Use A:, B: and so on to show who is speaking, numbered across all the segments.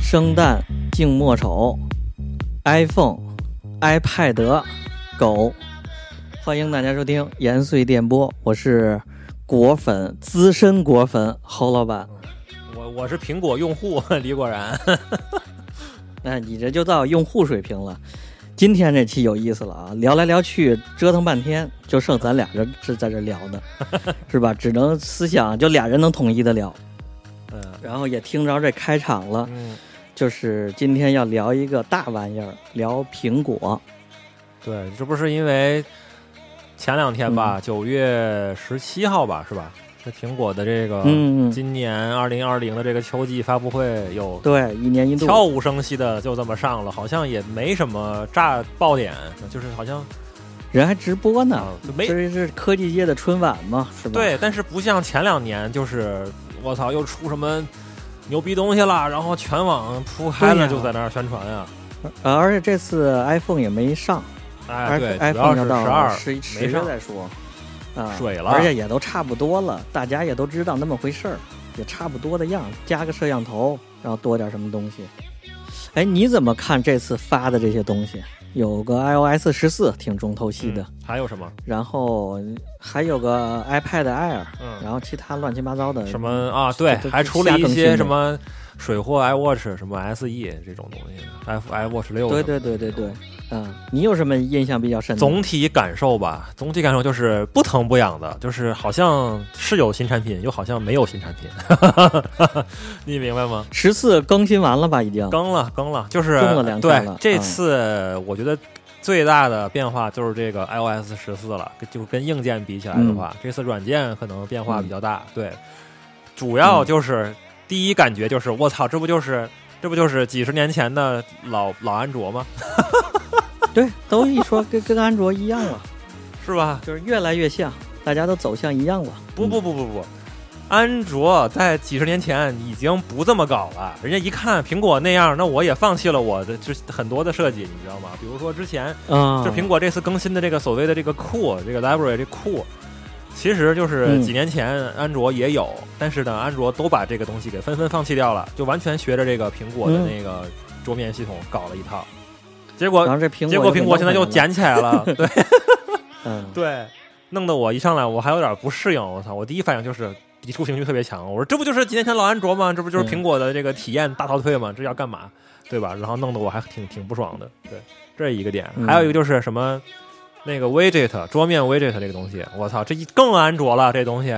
A: 生旦净末丑，iPhone、iPad、狗。欢迎大家收听延绥电波，我是果粉资深果粉侯老板。
B: 我我是苹果用户 李果然，
A: 那你这就到用户水平了。今天这期有意思了啊，聊来聊去折腾半天，就剩咱俩人是在这聊呢，是吧？只能思想就俩人能统一的聊，
B: 嗯
A: 然后也听着这开场了，
B: 嗯，
A: 就是今天要聊一个大玩意儿，聊苹果。
B: 对，这不是因为前两天吧，
A: 嗯
B: 九、月十七号吧，是吧？这苹果的这个、
A: 嗯，嗯
B: 今年二零二零的这个秋季发布会又
A: 对，一年一度。
B: 悄无声息的就这么上了，好像也没什么炸爆点，就是好像
A: 人还直播呢，
B: 啊就没
A: 这是科技界的春晚嘛，是吧？，
B: 对，但是不像前两年，就是我操又出什么牛逼东西了，然后全网铺开
A: 对呀
B: 了，就在那儿宣传啊。
A: 呃，而且这次 iPhone 也没上
B: 哎，对，主
A: ，iPhone
B: 要是
A: 要
B: 十
A: 到
B: 二
A: 十十
B: 没
A: 月
B: 上
A: 再说，啊，
B: 水了，
A: 而且也都差不多了，大家也都知道那么回事儿，也差不多的样子，加个摄像头，然后多点什么东西。哎，你怎么看这次发的这些东西？有个 iOS 十四挺重头戏的，
B: 嗯还有什么？
A: 然后还有个 iPad Air，、
B: 嗯
A: 然后其他乱七八糟的
B: 什么啊？对
A: 这都，
B: 还出了一
A: 瞎更新的
B: 些什么水货 iWatch、什么 SE 这种东西，F iWatch 六。
A: 对对对对对，嗯，你有什么印象比较深的？
B: 总体感受吧，总体感受就是不疼不痒的，就是好像是有新产品，又好像没有新产品， 你明白吗？
A: 十四更新完了吧？已经
B: 更了更了，就是
A: 更了两天
B: 对
A: 了
B: 这
A: 嗯
B: 次我觉得最大的变化就是这个 iOS 十四了，跟就是跟硬件比起来的话，
A: 嗯
B: 这次软件可能变化比较大。对，主
A: 嗯
B: 要就是、第一感觉就是我操，这不就是这不就是几十年前的老老安卓吗？
A: 对，都一说跟跟安卓一样了，
B: 是吧？
A: 就是越来越像，大家都走向一样了。
B: 不不
A: 嗯，
B: 不不不，安卓在几十年前已经不这么搞了。人家一看苹果那样，那我也放弃了我的之很多的设计，你知道吗？比如说之前
A: 啊，
B: 就苹果这次更新的这个所谓的这个库，这个 library 这库，其实就是
A: 嗯
B: 几年前安卓也有，但是呢，安卓都把这个东西给纷纷放弃掉了，就完全学着这个苹果的
A: 嗯
B: 那个桌面系统搞了一套，结
A: 然
B: 果
A: 后这苹果
B: 结果苹果现在
A: 就
B: 又
A: 给弄回来了，
B: 捡起来了，对。
A: 嗯，
B: 对，弄得我一上来我还有点不适应，我操！我第一反应就是抵触情绪特别强，我说这不就是几年前老安卓吗？这不就是
A: 嗯
B: 苹果的这个体验大倒退吗？这要干嘛？对吧？然后弄得我还挺挺不爽的。对，这是一个点，
A: 嗯
B: 还有一个就是什么。那个 widget 桌面 widget 这个东西，我操，这一更安卓了，这东西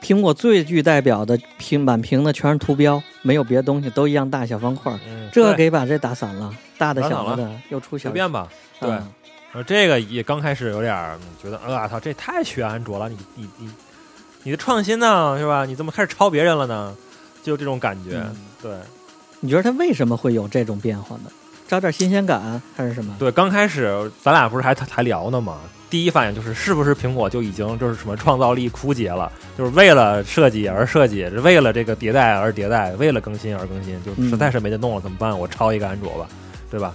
A: 苹果最具代表的平满屏的全是图标，没有别的东西，都一样大小方块。
B: 嗯，
A: 这
B: 对
A: 给把这打散了，大的
B: 打散
A: 小的又出小
B: 随便吧。对
A: 嗯
B: 然后这个也刚开始有点儿觉得，啊、操，这太学安卓了，你你你你的创新呢，是吧？你怎么开始抄别人了呢？就这种感觉，
A: 嗯
B: 对。
A: 你觉得它为什么会有这种变化呢？找点新鲜感还是什么？
B: 对，刚开始咱俩不是还还聊呢吗？第一反应就是，是不是苹果就已经就是什么创造力枯竭了？就是为了设计而设计，为了这个迭代而迭代，为了更新而更新，就
A: 嗯
B: 实在是没得弄了，怎么办？我抄一个安卓吧，对吧？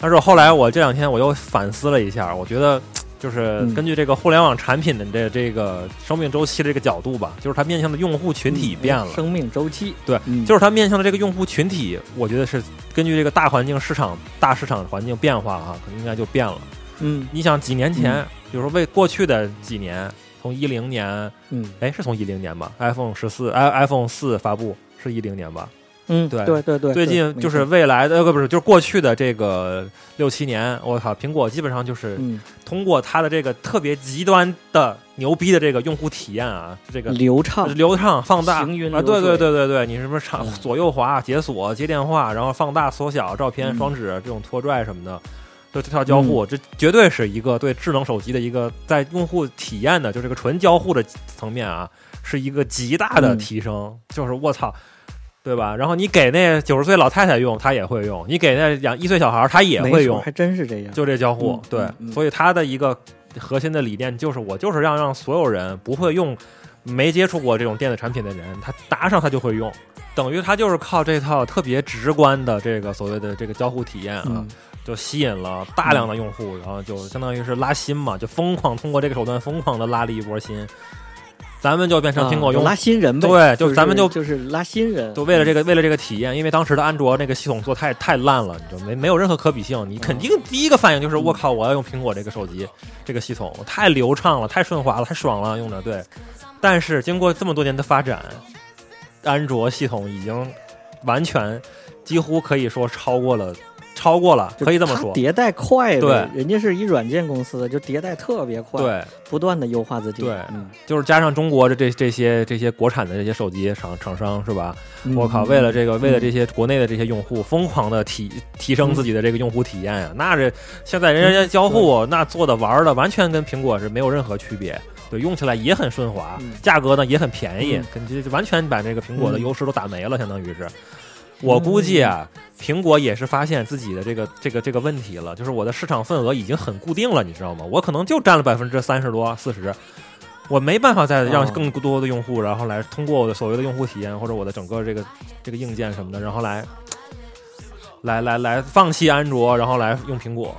B: 但是后来我这两天我又反思了一下，我觉得就是
A: 嗯
B: 根据这个互联网产品的这这个生命周期的这个角度吧，就是它面向的用户群体变了，
A: 哎生命周期
B: 对，
A: 嗯
B: 就是它面向的这个用户群体，我觉得是根据这个大环境市场大市场环境变化啊，可能应该就变了。
A: 嗯
B: 你想几年前，
A: 嗯
B: 比如说为过去的几年，从一零年，
A: 嗯
B: 哎，是从一零年吧？iPhone 十四，i iPhone 四发布是一零年吧？
A: 嗯，
B: 对
A: 对对对，
B: 最近
A: 对
B: 就是未来的，呃，不是，就是过去的这个六七年，我靠，苹果基本上就是
A: 嗯
B: 通过它的这个特别极端的牛逼的这个用户体验啊，这个
A: 流畅，
B: 流畅放大
A: 行云流
B: 啊，对
A: 水
B: 对对对对，你什么长
A: 嗯
B: 左右滑、解锁、接电话，然后放大、缩小照片、
A: 嗯
B: 双指这种拖拽什么的，就这套交互，这绝对是一个对智能手机的一个在用户体验的，就这个纯交互的层面啊，是一个极大的
A: 嗯
B: 提升。就是我操，对吧？然后你给那九十岁老太太用，她也会用；你给那两一岁小孩儿，她也
A: 没
B: 会
A: 错
B: 用。
A: 还真是这样。
B: 就这交互，
A: 嗯
B: 对，
A: 嗯嗯
B: 所以它的一个核心的理念就是，我就是让让所有人不会用、没接触过这种电子产品的人，他搭上他就会用，等于他就是靠这套特别直观的这个所谓的这个交互体验啊，
A: 嗯，
B: 就吸引了大量的用户，然后就相当于是拉新嘛，就疯狂通过这个手段疯狂的拉了一波新。咱们就变成苹果
A: 啊
B: 用
A: 拉新人呗，
B: 对
A: 就
B: 就是咱们就
A: 就是拉新人，
B: 就为了这个，为了这个体验，因为当时的安卓那个系统做太太烂了，你就没没有任何可比性。你
A: 嗯
B: 肯定第一个反应就是我靠，我要用苹果这个手机，这个系统太流畅了，太顺滑了，太爽了，用着对。但是经过这么多年的发展，安卓系统已经完全几乎可以说超过了，超过了，
A: 嗯就
B: 可以这么
A: 它
B: 说。
A: 迭代快呗，
B: 对
A: 人家是一软件公司，就迭代特别快，，
B: 对，
A: 不断的优化自己，
B: 对
A: 嗯，
B: 就是加上中国的这这些这些国产的这些手机厂厂商是吧？
A: 嗯
B: 我靠！为了这个，为了
A: 嗯
B: 这些国内的这些用户，疯狂的提提升自己的这个用户体验呀、那这现在
A: 嗯
B: 人家交互那做的玩儿的，完全跟苹果是没有任何区别。对，用起来也很顺滑
A: 嗯，
B: 价格呢也很便宜
A: 嗯，
B: 跟这完全把这个苹果的
A: 嗯
B: 优势都打没了，相当于是。我估计啊，苹果也是发现自己的这个这个这个问题了，就是我的市场份额已经很固定了，你知道吗？我可能就占了百分之三十多、四十，我没办法再让
A: 哦
B: 更多的用户，然后来通过我的所谓的用户体验或者我的整个这个这个硬件什么的，然后来来来来放弃安卓，然后来用苹果。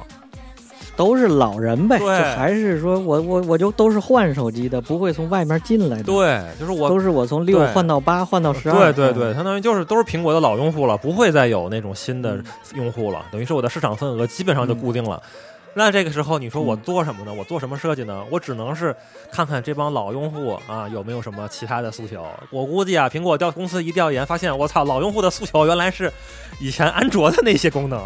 A: 都是老人呗，就
B: 对
A: 还是说我我我就都是换手机的，不会从外面进来的，，
B: 对，就是我。
A: 都是我从六
B: 对
A: 换到八，换到十二，
B: 对对
A: 嗯
B: 对，相当于就是都是苹果的老用户了，不会再有那种新的
A: 嗯
B: 用户了，等于是我的市场份额基本上就固定了。那这个时候你说
A: 嗯
B: 我做什么呢？我做什么设计呢？我只能是看看这帮老用户啊有没有什么其他的诉求。我估计啊，苹果调公司一调研发现，我操，老用户的诉求原来是以前安卓的那些功能。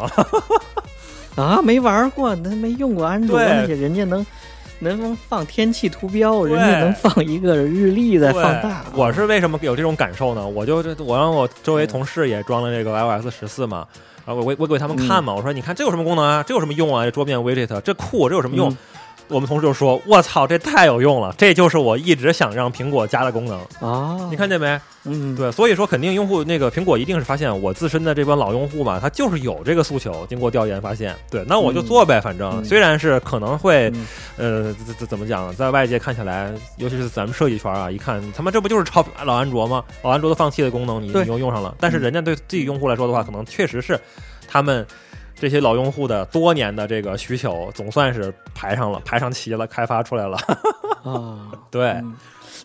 A: 啊，没玩过，那没用过安卓
B: 对
A: 那些，人家能能放天气图标，
B: 对
A: 人家能放一个日历再
B: 对
A: 放大。啊
B: 我是为什么有这种感受呢？我就这，我让我周围
A: 嗯
B: 同事也装了这个 iOS 十四嘛，啊，我我我给他们
A: 嗯
B: 看嘛，我说你看这有什么功能啊？这有什么用啊？这桌面 widget 这酷，这有什么用？
A: 嗯
B: 我们同事就说：“我操，这太有用了！这就是我一直想让苹果加的功能，
A: 啊，
B: 你看，见没？
A: 嗯，，
B: 对，所以说肯定用户那个苹果一定是发现我自身的这帮老用户嘛，他就是有这个诉求。经过调研发现，对，那我就做呗，反正
A: 嗯
B: 虽然是可能会
A: 嗯，
B: 呃，怎怎怎么讲，在外界看起来，尤其是咱们设计圈啊，一看他妈这不就是抄老安卓吗？老安卓都放弃的功能你
A: 对嗯
B: 你又用上了，但是人家对自己用户来说的话，可能确实是他们。这些老用户的多年的这个需求，总算是排上了，排上齐了，开发出来了。
A: 啊，
B: 对，
A: 嗯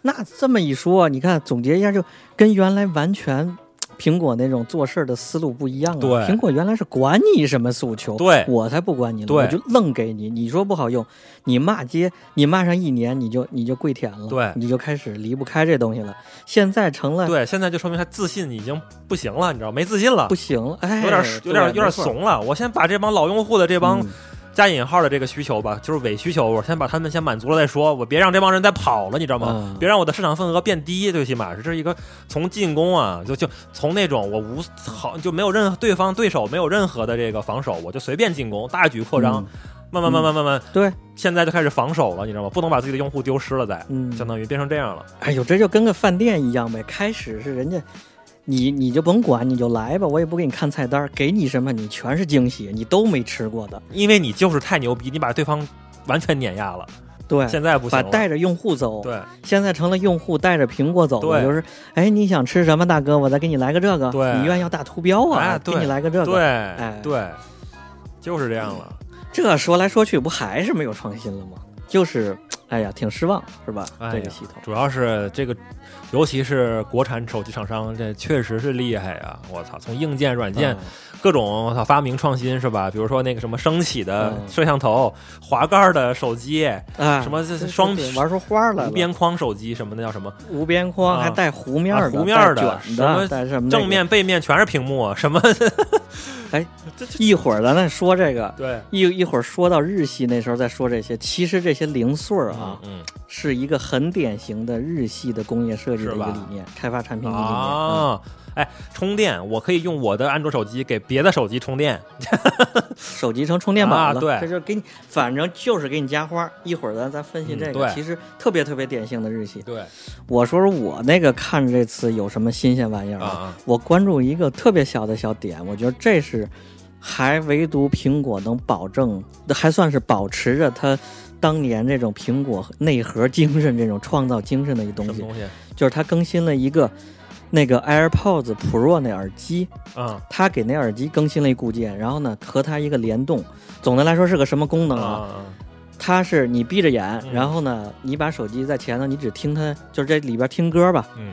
A: 那这么一说，你看总结一下，就跟原来完全苹果那种做事儿的思路不一样啊。
B: 对
A: 苹果原来是管你什么诉求，
B: 对
A: 我才不管你了，
B: 对
A: 我就愣给你，你说不好用，你骂街，你骂上一年，你就你就跪舔了，
B: 对
A: 你就开始离不开这东西了。现在成了
B: 对，现在就说明他自信已经不行了，你知道，没自信了
A: 不，行了，哎，
B: 有点有点有点
A: 怂。
B: 怂了。我先把这帮老用户的这帮
A: 嗯
B: 加引号的这个需求吧，就是伪需求，我先把他们先满足了再说，我别让这帮人再跑了，你知道吗？
A: 嗯
B: 别让我的市场份额变低，最起码是这是一个从进攻啊，就就从那种我无好就没有任何对方对手没有任何的这个防守，我就随便进攻，大举扩张，
A: 嗯
B: 慢慢慢慢慢慢，
A: 对，
B: 现在就开始防守了，你知道吗？不能把自己的用户丢失了再，
A: 嗯，
B: 相当于变成这样了。
A: 哎呦，这就跟个饭店一样呗。开始是人家，你你就甭管，你就来吧，我也不给你看菜单儿，给你什么你全是惊喜，你都没吃过的。
B: 因为你就是太牛逼，你把对方完全碾压了。
A: 对，
B: 现在不行
A: 把
B: 了，
A: 带着用户走，
B: 对
A: 现在成了用户带着苹果走了，
B: 对
A: 就是，哎，你想吃什么，大哥，我再给你来个这个。
B: 对
A: 你愿意要大图标啊，
B: 哎
A: 给
B: 对
A: 你来个这个。
B: 对、
A: 哎
B: 对，就是这样了。
A: 这说来说去，不还是没有创新了吗？就是，哎呀，挺失望，是吧？
B: 哎呀
A: 这个系统。
B: 主要是这个，尤其是国产手机厂商，这确实是厉害呀、我操，从硬件、软件、
A: 啊
B: 各种我操发明创新是吧？比如说那个什么升起的
A: 嗯
B: 摄像头、滑盖的手机、
A: 啊，
B: 什么这
A: 对
B: 双
A: 对对玩出花来
B: 无
A: 了，
B: 边框手机什么的，叫什么？
A: 无边框，
B: 啊
A: 还带弧面的、
B: 啊弧面的
A: 带卷
B: 什么
A: 带什么那个
B: 正。面、背面全是屏幕，啊什么？
A: 哎，
B: 这这
A: 一会儿咱再说这个，
B: 对
A: 一一会儿说到日系那时候再说这些。其实这些零碎儿啊，
B: 嗯
A: 是一个很典型的日系的工业设计的一个
B: 是吧
A: 理念，开发产品的理念。嗯
B: 啊。哎，充电，我可以用我的安卓手机给别的手机充电，
A: 手机成充电宝了，
B: 啊对
A: 这就是给你，反正就是给你加花。一会儿咱咱分析这个，
B: 嗯对
A: 其实特别特别典型的日系。
B: 对
A: 我说说我那个看这次有什么新鲜玩意儿
B: 啊啊
A: 我关注一个特别小的小点，我觉得这是还唯独苹果能保证，还算是保持着它当年这种苹果内核精神、这种创造精神的一东
B: 什么
A: 西，
B: 东西？
A: 就是它更新了一个那个 AirPods Pro 那耳机，
B: 嗯
A: 它给那耳机更新了一固件，然后呢和它一个联动。总的来说是个什么功能啊？
B: 啊，
A: 它是你闭着眼，
B: 嗯
A: 然后呢，你把手机在前头，你只听它，就是这里边听歌吧。
B: 嗯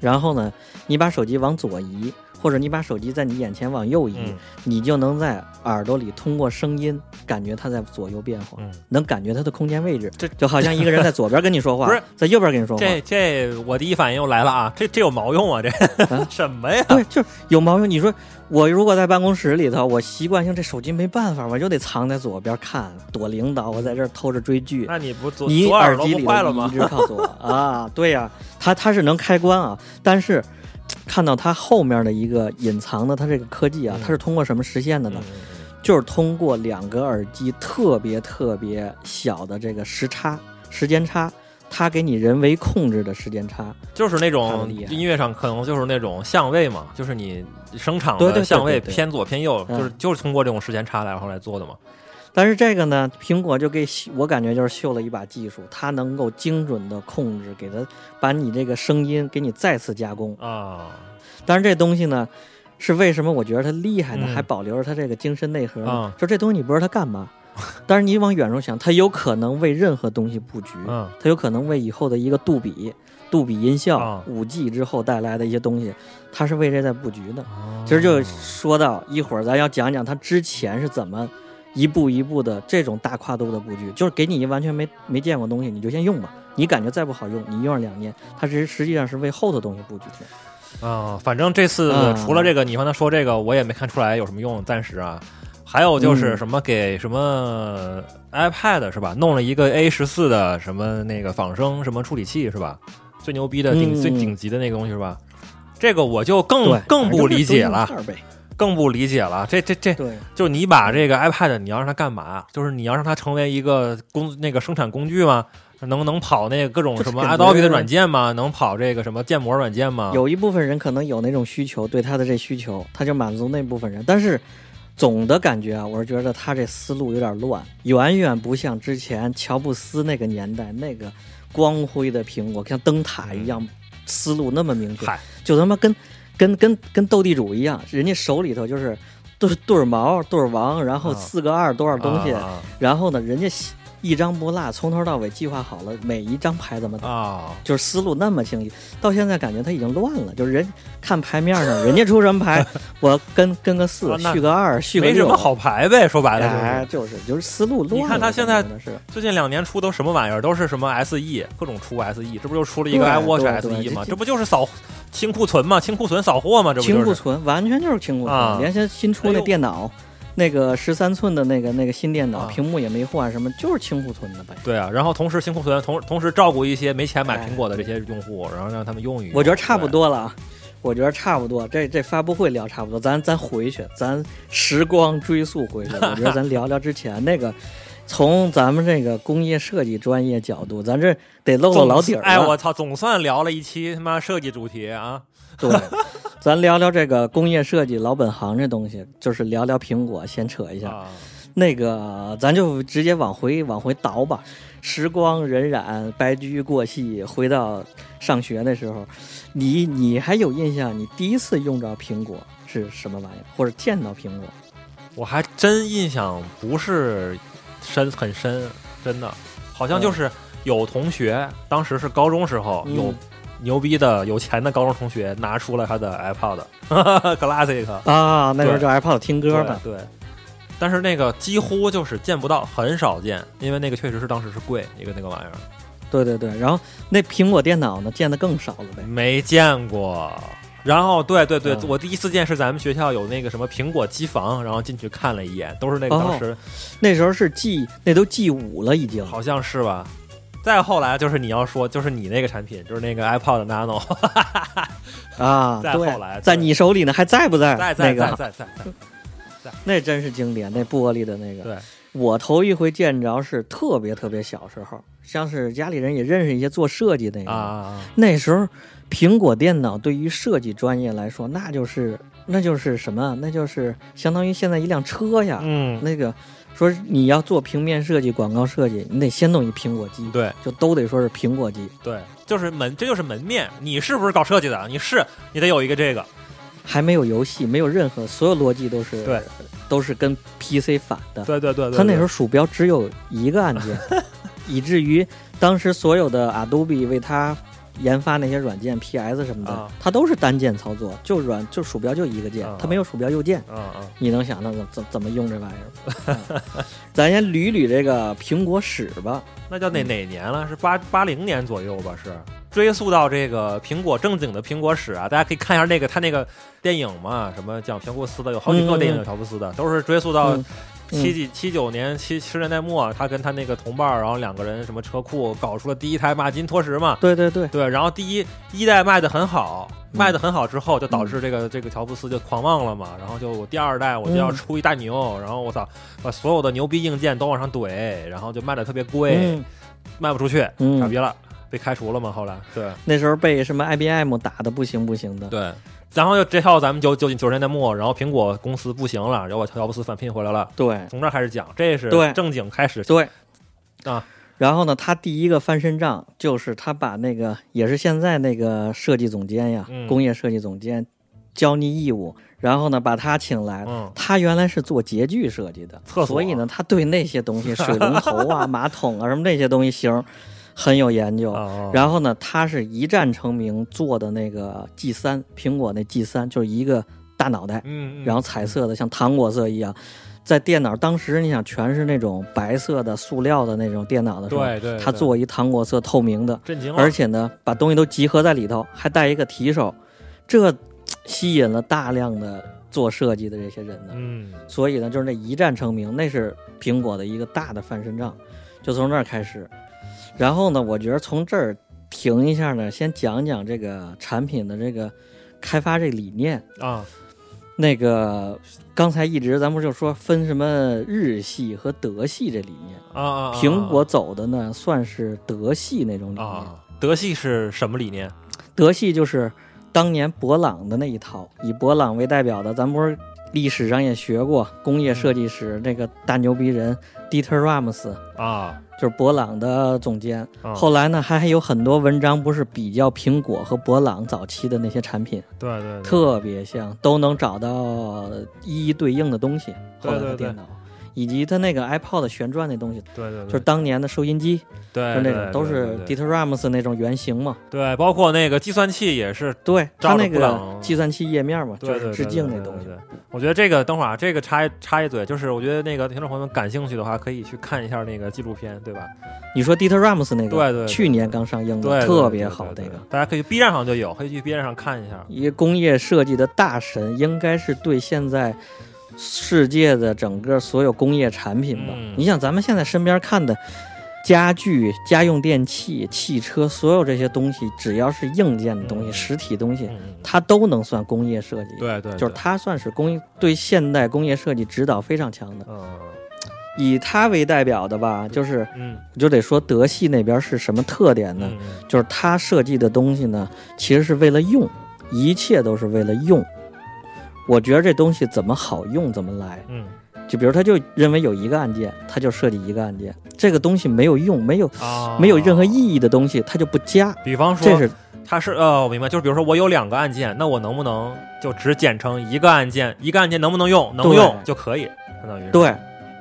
A: 然后呢，你把手机往左移，或者你把手机在你眼前往右移，
B: 嗯
A: 你就能在耳朵里通过声音感觉它在左右变化，
B: 嗯，
A: 能感觉它的空间位置。
B: 这
A: 就好像一个人在左边跟你说话，
B: 不是
A: 在右边跟你说话，
B: 这这我第一反应又来了啊，这这有毛用啊？这
A: 啊
B: 什么呀？
A: 对，就是有毛病。你说我如果在办公室里头，我习惯性这手机没办法，我就得藏在左边看，躲领导。我在这儿偷着追剧，
B: 那你不左
A: 你
B: 左耳朵
A: 机里
B: 不
A: 头
B: 坏了
A: 你
B: 吗
A: 一？直靠 左啊，对呀、它它是能开关啊，但是看到它后面的一个隐藏的它这个科技啊，
B: 嗯
A: 它是通过什么实现的
B: 嗯
A: 呢？
B: 嗯嗯
A: 就是通过两个耳机特别特别小的这个时差时间差。它给你人为控制的时间差，
B: 就是那种
A: 看得厉害
B: 音乐上可能就是那种相位嘛，就是你声场
A: 对对
B: 的
A: 对
B: 相位
A: 对对
B: 偏左偏右，
A: 嗯
B: 就是就是通过这种时间差来然后来做的嘛。
A: 但是这个呢，苹果就给秀我感觉就是秀了一把技术，它能够精准的控制，给它把你这个声音给你再次加工。
B: 啊
A: 当然这东西呢，是为什么我觉得它厉害呢？
B: 嗯
A: 还保留着它这个精神内核呢。
B: 啊
A: 就这东西你不知道它干嘛， 但是你往远处想，它有可能为任何东西布局，
B: 嗯
A: 它有可能为以后的一个杜比、杜比音效
B: 啊、
A: 五、G 之后带来的一些东西，它是为这在布局的。
B: 啊
A: 其实就说到一会儿，咱要讲讲他之前是怎么一步一步的这种大跨度的布局，就是给你一完全没没见过东西，你就先用吧。你感觉再不好用，你用上两年，它实实际上是为后头东西布局的。
B: 啊，反正这次
A: 嗯
B: 除了这个，你刚才说这个，我也没看出来有什么用，暂时啊。还有就是
A: 嗯
B: 什么给什么 iPad 是吧，弄了一个 A 十四的什么那个仿生什么处理器是吧，最牛逼的顶
A: 嗯
B: 最顶级的那个东西是吧？这个我就
A: 对
B: 更，嗯更不理解
A: 反
B: 了，
A: 正就是 东西一块儿呗
B: 更不理解了。这这这，
A: 对，
B: 就你把这个 iPad 你要让它干嘛？就是你要让它成为一个工那个生产工具吗？能能跑那个各种
A: 就是
B: 什么
A: 感觉
B: Adobe 的软件吗？能跑这个什么建模软件吗？
A: 有一部分人可能有那种需求，对他的这需求，他就满足那部分人。但是总的感觉啊，我是觉得他这思路有点乱，远远不像之前乔布斯那个年代那个光辉的苹果，像灯塔一样，思路那么明确
B: 嗯嗨，
A: 就他妈跟跟跟跟斗地主一样，人家手里头就是对对儿毛对儿王，然后
B: 啊
A: 四个二多少东西，
B: 啊
A: 然后呢，人家一张不落，从头到尾计划好了每一张牌怎么打。
B: 啊啊
A: 就是思路那么清晰，到现在感觉他已经乱了。就是人看牌面上，人家出什么 牌，我跟跟个四
B: 啊，那
A: 续个二，续个
B: 没什
A: 六，
B: 么好牌呗，说白了就是。
A: 哎，就是就是思路乱了。
B: 你看他现在
A: 我觉得是
B: 最近两年出都什么玩意儿，都是什么 SE，各种出 SE，这不就出了一个
A: 对
B: iWatch
A: 对对
B: SE 吗？
A: 这
B: 这不就是扫清库存吗？清库存扫货吗？这不
A: 清
B: 就
A: 库
B: 是？
A: 存，完全就是清库存。
B: 啊
A: 连现在新出
B: 哎
A: 那
B: 呦
A: 电脑，那个十三寸的那个那个新电脑，
B: 啊
A: 屏幕也没换，什么就是清库存的呗。
B: 对啊，然后同时清库存，同同时照顾一些没钱买
A: 哎
B: 苹果的这些用户，然后让他们用一用。
A: 我觉得差不多了啊，我觉得差不多。这这发布会聊差不多，咱咱回去，咱时光追溯回去。我觉得咱聊聊之前那个，从咱们这个工业设计专业角度，咱这得露
B: 对。
A: 露老底儿了。
B: 哎，我操！总算聊了一期他妈设计主题啊！
A: 对，咱聊聊这个工业设计老本行这东西，就是聊聊苹果，先扯一下。
B: 啊，
A: 那个，咱就直接往回往回倒吧。时光荏苒，白驹过隙，回到上学那时候，你你还有印象？你第一次用着苹果是什么玩意儿，或者见到苹果？
B: 我还真印象不是深很深，真的，好像就是有同学当时是高中时候
A: 嗯
B: 哦有牛逼的有钱的高中同学拿出了他的 iPod Classic
A: 啊，那时候就 iPod 听歌
B: 对
A: 嘛。
B: 对，但是那个几乎就是见不到，很少见，因为那个确实是当时是贵一个那个玩意儿，
A: 对对对，然后那苹果电脑呢，见的更少了呗。
B: 没见过。然后对对对，
A: 嗯
B: 我第一次见是咱们学校有那个什么苹果机房，然后进去看了一眼，都是那个
A: 哦
B: 当时
A: 那时候是 G，那都 G 五了已经。
B: 好像是吧。再后来就是你要说，就是你那个产品，就是那个 iPod Nano，
A: 啊，
B: 再
A: 对
B: 后来
A: 在你手里呢，还在不在？
B: 在在
A: 那个哎
B: 在在在在，
A: 那真是经典，那玻璃的那个。
B: 对，
A: 我头一回见着是特别特别小时候，像是家里人也认识一些做设计那个。
B: 啊啊啊！
A: 那时候，苹果电脑对于设计专业来说，那就是那就是什么？那就是相当于现在一辆车呀。
B: 嗯，
A: 那个说你要做平面设计、广告设计，你得先弄一苹果机，
B: 对
A: 就都得说是苹果机，
B: 对，就是门，这就是门面。你是不是搞设计的？你是，你得有一个这个。
A: 还没有游戏，没有任何，所有逻辑都是
B: 对
A: 都是跟 PC 反的。
B: 对对对对，
A: 它那时
B: 候
A: 候鼠标只有一个按 键，以至于当时所有的 Adobe 为它研发那些软件 PS 什么的
B: 啊，
A: 它都是单键操作，就软就鼠标就一个键
B: 啊，
A: 它没有鼠标右键。
B: 嗯嗯
A: 你能想到怎怎怎么用这玩意儿吗？ 啊咱先捋捋这个苹果史吧。
B: 那叫哪
A: 嗯
B: 哪年了？是八八零年左右吧？是追溯到这个苹果正经的苹果史啊，大家可以看一下那个他那个电影嘛，什么讲乔布斯的，有好几个
A: 嗯嗯
B: 电影有乔布斯的，都是追溯到
A: 嗯
B: 七几七九年七七十年代末，他跟他那个同伴儿，然后两个人什么车库搞出了第一台马金拖时嘛。
A: 对对对，
B: 对，然后第一一代卖的很好，
A: 嗯
B: 卖的很好之后，就导致这个、这个乔布斯就狂妄了嘛。然后就我第二代我就要
A: 嗯
B: 出一大牛，然后我操，把所有的牛逼硬件都往上怼，然后就卖的特别贵，
A: 嗯
B: 卖不出去，傻
A: 嗯，
B: 逼了，被开除了嘛。后来，对
A: 那时候被什么 IBM 打的不行不行的。
B: 对，然后就这跳咱们九九九十年代末，然后苹果公司不行了，然后把乔布斯返聘回来了。
A: 对
B: 从这儿开始讲，这是
A: 对
B: 正经开始。
A: 对
B: 啊。
A: 然后呢，他第一个翻身仗就是他把那个也是现在那个设计总监呀，
B: 嗯
A: 工业设计总监焦尼义务，然后呢把他请来了。
B: 嗯，
A: 他原来是做洁具设计的，
B: 厕所啊
A: 所以呢，他对那些东西，水龙头啊、马桶啊什么那些东西型很有研究。
B: 哦
A: 然后呢，他是一战成名做的那个 G 三，苹果那 G 三就是一个大脑袋，
B: 嗯，嗯
A: 然后彩色的像糖果色一样，在电脑当时你想全是那种白色的塑料的那种电脑的时候，
B: 对对，
A: 他
B: 对
A: 做一糖果色透明的，
B: 震惊了，
A: 而且呢把东西都集合在里头，还带一个提手，这嘖吸引了大量的做设计的这些人呢。
B: 嗯
A: 所以呢，就是那一战成名，那是苹果的一个大的翻身仗，就从那儿开始。然后呢，我觉得从这儿停一下呢，先讲讲这个产品的这个开发这理念。
B: 啊，
A: 那个刚才一直咱不就说分什么日系和德系这理念，
B: 啊啊！啊
A: 苹果走的呢算是德系那种理念。
B: 啊，德系是什么理念？
A: 德系就是当年博朗的那一套，以博朗为代表的，咱不是历史上也学过工
B: 嗯
A: 业设计史那个大牛逼人 Dieter Rams，
B: 啊，
A: 就是博朗的总监。
B: 啊
A: 后来呢，还还有很多文章不是比较苹果和博朗早期的那些产品，
B: 对对对
A: 特别像，都能找到一一对应的东西。后
B: 对
A: 来的
B: 对对
A: 电脑。以及它那个 iPod 的旋转那东西，
B: 对对，
A: 就是当年的收音机，
B: 对
A: 就那
B: 对
A: 种
B: 对
A: 都
B: 对
A: 是
B: 对
A: Dieter Rams 那种原型嘛。
B: 对，包括那个计算器也是，
A: 对，它
B: 照着
A: 那
B: 布
A: 个
B: 朗
A: 计算器页面嘛，
B: 对对
A: 就
B: 对
A: 是致敬
B: 对
A: 那
B: 对
A: 东西。
B: 对对我觉得这个等会儿啊这个插一插一嘴，就是我觉得那个听众朋友们感兴趣的话，可以去看一下那个纪录片，对吧？
A: 你说 Dieter Rams 那个，
B: 对对对
A: 去年刚上映
B: 对，
A: 的，
B: 对
A: 特别好，
B: 对
A: 那
B: 对
A: 个
B: 对大家可以去 B 站上就有，可以去 B 站上看一下。
A: 一个工业设计的大神，应该是对现在世界的整个所有工业产品吧。
B: 嗯
A: 你想，咱们现在身边看的家具、家用电器、汽车，所有这些东西，只要是硬件的东西、
B: 嗯
A: 实体东西，
B: 嗯嗯，
A: 它都能算工业设计。
B: 对对，
A: 就是
B: 对，
A: 它算是工业对现代工业设计指导非常强的，
B: 嗯
A: 以它为代表的吧，就是
B: 嗯
A: 就得说德系那边是什么特点呢？
B: 嗯嗯
A: 就是他设计的东西呢，其实是为了用，一切都是为了用。我觉得这东西怎么好用怎么来，
B: 嗯
A: 就比如他就认为有一个按键，他就设计一个按键，这个东西没有用，没有
B: 啊，
A: 没有任何意。义的东西，他就不加。
B: 比方说，
A: 这是
B: 它是呃，我明白，就是比如说我有两个按键，那我能不能就只简称一个按键？一个按键能不能用？能
A: 对
B: 用就可以，相当于是
A: 对，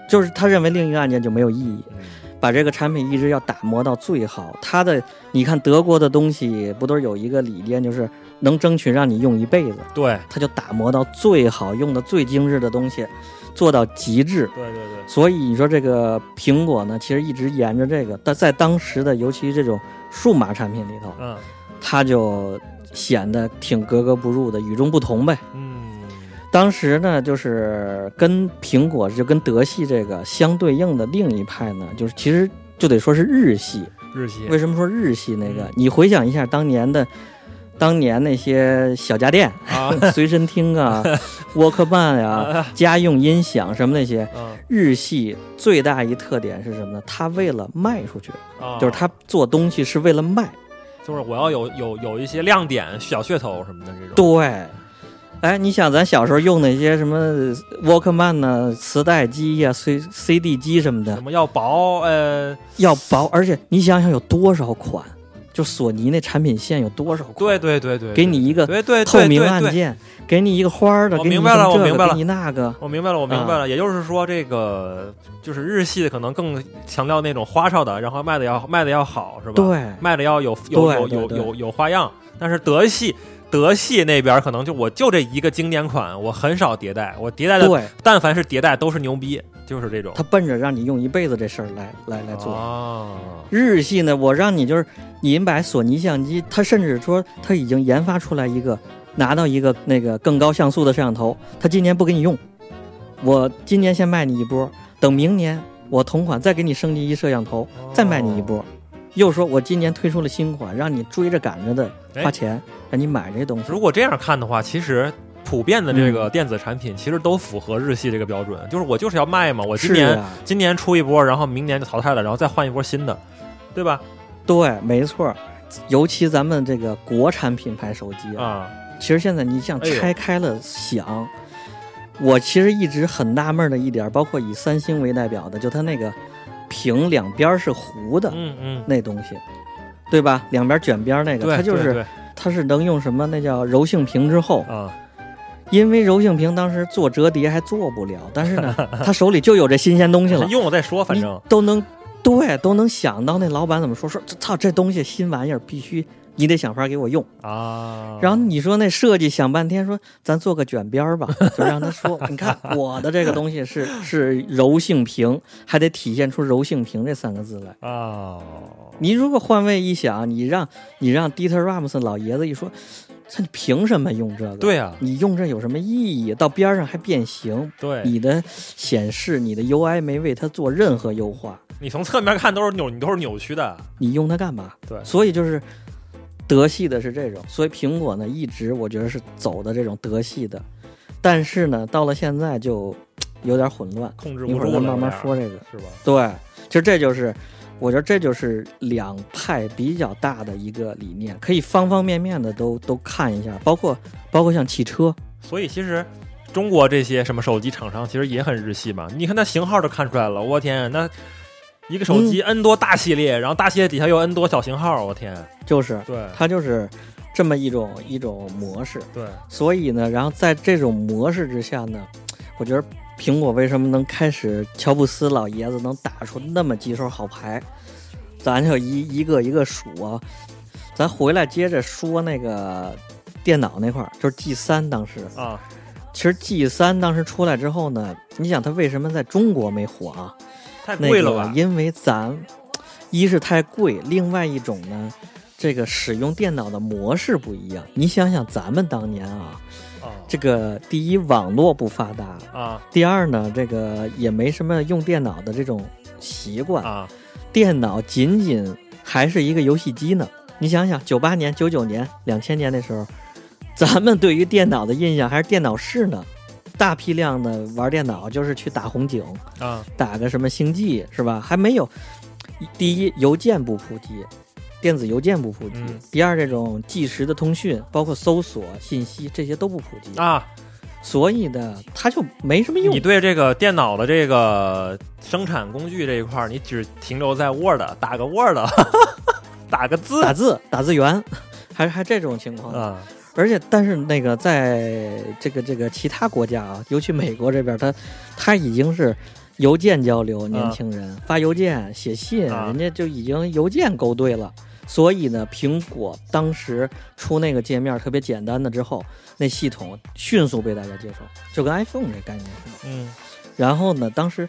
A: 就是他认为另一个按键就没有意义，
B: 嗯
A: 把这个产品一直要打磨到最好。他的你看德国的东西不都是有一个理念，就是能争取让你用一辈子。
B: 对
A: 他就打磨到最好用的、最精致的东西，做到极致。
B: 对对对，
A: 所以你说这个苹果呢，其实一直沿着这个，但在当时的，尤其这种数码产品里头，
B: 嗯
A: 它就显得挺格格不入的、与众不同呗。
B: 嗯
A: 当时呢，就是跟苹果就跟德系这个相对应的另一派呢，就是其实就得说是日系。
B: 日系
A: 为什么说日系那个
B: 嗯？
A: 你回想一下当年的，当年那些小家电，
B: 啊
A: 随身听 啊、沃克曼呀、家用音响什么那些。
B: 嗯
A: 日系最大一特点是什么呢？它为了卖出去，
B: 啊，
A: 就是它做东西是为了卖。
B: 就是我要有有有一些亮点、小噱头什么的这种。
A: 对，哎，你想咱小时候用那些什么呃沃克曼呐、磁带机呀、C C
B: 嗯
A: D 机什么的
B: 什，么要薄呃
A: 要薄，而且你想想有多少款，就索尼那产品线有多少
B: 对
A: 款，
B: 对对对，
A: 给你一个
B: 对对对
A: 透明
B: 对
A: 按
B: 对
A: 键，给你一个花儿的，
B: 我
A: 给你一
B: 明白了
A: 份这
B: 我
A: 个
B: 明白了
A: 给你那个，
B: 我明白了，我明白
A: 啊
B: 了，也就是说，这个就是日系的可能更强调那种花哨的，然后卖的要卖的要好，是吧？，
A: 对，
B: 卖的要有有
A: 对
B: 有
A: 对
B: 有
A: 对
B: 有有花样。但是德系德系那边可能就我就这一个经典款，我很少迭代，我迭代的
A: 对，
B: 但凡是迭代都是牛逼，就是这种
A: 他奔着让你用一辈子这事儿来来来做。
B: 哦
A: 日系呢，我让你就是你买索尼相机，它甚至说它已经研发出来一个拿到一个那个更高像素的摄像头，它今年不给你用，我今年先卖你一波，等明年我同款再给你升级一摄像头，再卖你一
B: 哦
A: 波。又说我今年推出了新款，让你追着赶着的
B: 哎
A: 花钱，让你买这东西。
B: 如果这样看的话，其实普遍的这
A: 嗯
B: 个电子产品其实都符合日系这个标准，就是我就是要卖嘛，我今
A: 是
B: 年
A: 啊，
B: 今年出一波，然后明年就淘汰了，然后再换一波新的，对吧？
A: 对，没错儿。尤其咱们这个国产品牌手机
B: 啊，
A: 其实现在你想
B: 哎呦
A: 拆开了想，我其实一直很纳闷的一点，包括以三星为代表的，就它那个屏两边是弧的
B: 嗯嗯，
A: 那东西，对吧？两边卷边那个，
B: 对，
A: 它就
B: 对
A: 是
B: 对
A: 它是能用什么？那叫柔性屏之 后，
B: 啊，
A: 因为柔性屏当时做折叠还做不了，但是 呢，他手里就有这新鲜东西了，
B: 用了再说，反
A: 你
B: 正
A: 都能对都能想到那老板怎么说，说这操这东西新玩意儿必须你得想法给我用。
B: 啊，
A: 然后你说那设计想半天说，咱做个卷边儿 吧，就让他说，你看我的这个东西是 是柔性屏，还得体现出柔性屏这三个字来。
B: 啊，
A: 你如果换位一想，你让你让 Dieter Rams 老爷子一说，他你凭什么用这个？，
B: 对啊，
A: 你用这有什么意义？到边儿上还变形，
B: 对，
A: 你的显示你的 UI 没为它做任何优化，
B: 你从侧面看都是扭，你都是扭曲的，
A: 你用它干嘛？
B: 对
A: 所以就是德系的是这种，所以苹果呢一直我觉得是走的这种德系的，但是呢到了现在就有点混乱，
B: 控制
A: 一
B: 不
A: 会儿
B: 住了，
A: 咱慢慢
B: 这样
A: 说这个。
B: 是吧？
A: 对，其实这就是我觉得这就是两派比较大的一个理念，可以方方面面的都都看一下，包括包括像汽车，
B: 所以其实中国这些什么手机厂商其实也很日系嘛。你看那型号都看出来了，我天，那一个手机
A: 嗯
B: N 多大系列，然后大系列底下又 N 多小型号，我天，
A: 就是
B: 对
A: 它就是这么一种一种模式。
B: 对，
A: 所以呢，然后在这种模式之下呢，我觉得苹果为什么能开始乔布斯老爷子能打出那么几手好牌，咱就一一个一个数啊。咱回来接着说那个电脑那块儿，就是 G 三当时，
B: 啊，
A: 其实 G 三当时出来之后呢，你想它为什么在中国没火啊？
B: 太
A: 那
B: 贵了
A: 个
B: 吧？
A: 因为咱一是太贵，另外一种呢，这个使用电脑的模式不一样。你想想咱们当年啊，这个第一网络不发达，
B: 啊
A: 第二呢，这个也没什么用电脑的这种习
B: 啊
A: 惯，
B: 啊，
A: 电脑仅仅还是一个游戏机呢。你想想，九八年、九九年、两千年那时候，咱们对于电脑的印象还是电脑室呢，大批量的玩电脑就是去打红警，
B: 啊
A: 打个什么星际是吧？还没有，第一邮件不普及，电子邮件不普及；
B: 嗯
A: 第二，这种即时的通讯，包括搜索信息这些都不普及。
B: 啊！
A: 所以呢，它就没什么用
B: 你。对这个电脑的这个生产工具这一块儿，你只停留在 Word，打个 Word，打个字
A: 打字、打字员， 还还这种情况。
B: 啊，
A: 而且，但是那个在这个这个其他国家啊，尤其美国这边，它它已经是邮件交流，年轻人、发邮件、写信，
B: 啊
A: 人家就已经邮件勾兑了。所以呢，苹果当时出那个界面特别简单的之后，那系统迅速被大家接受，就跟 iPhone 这概念似的。
B: 嗯
A: 然后呢，当时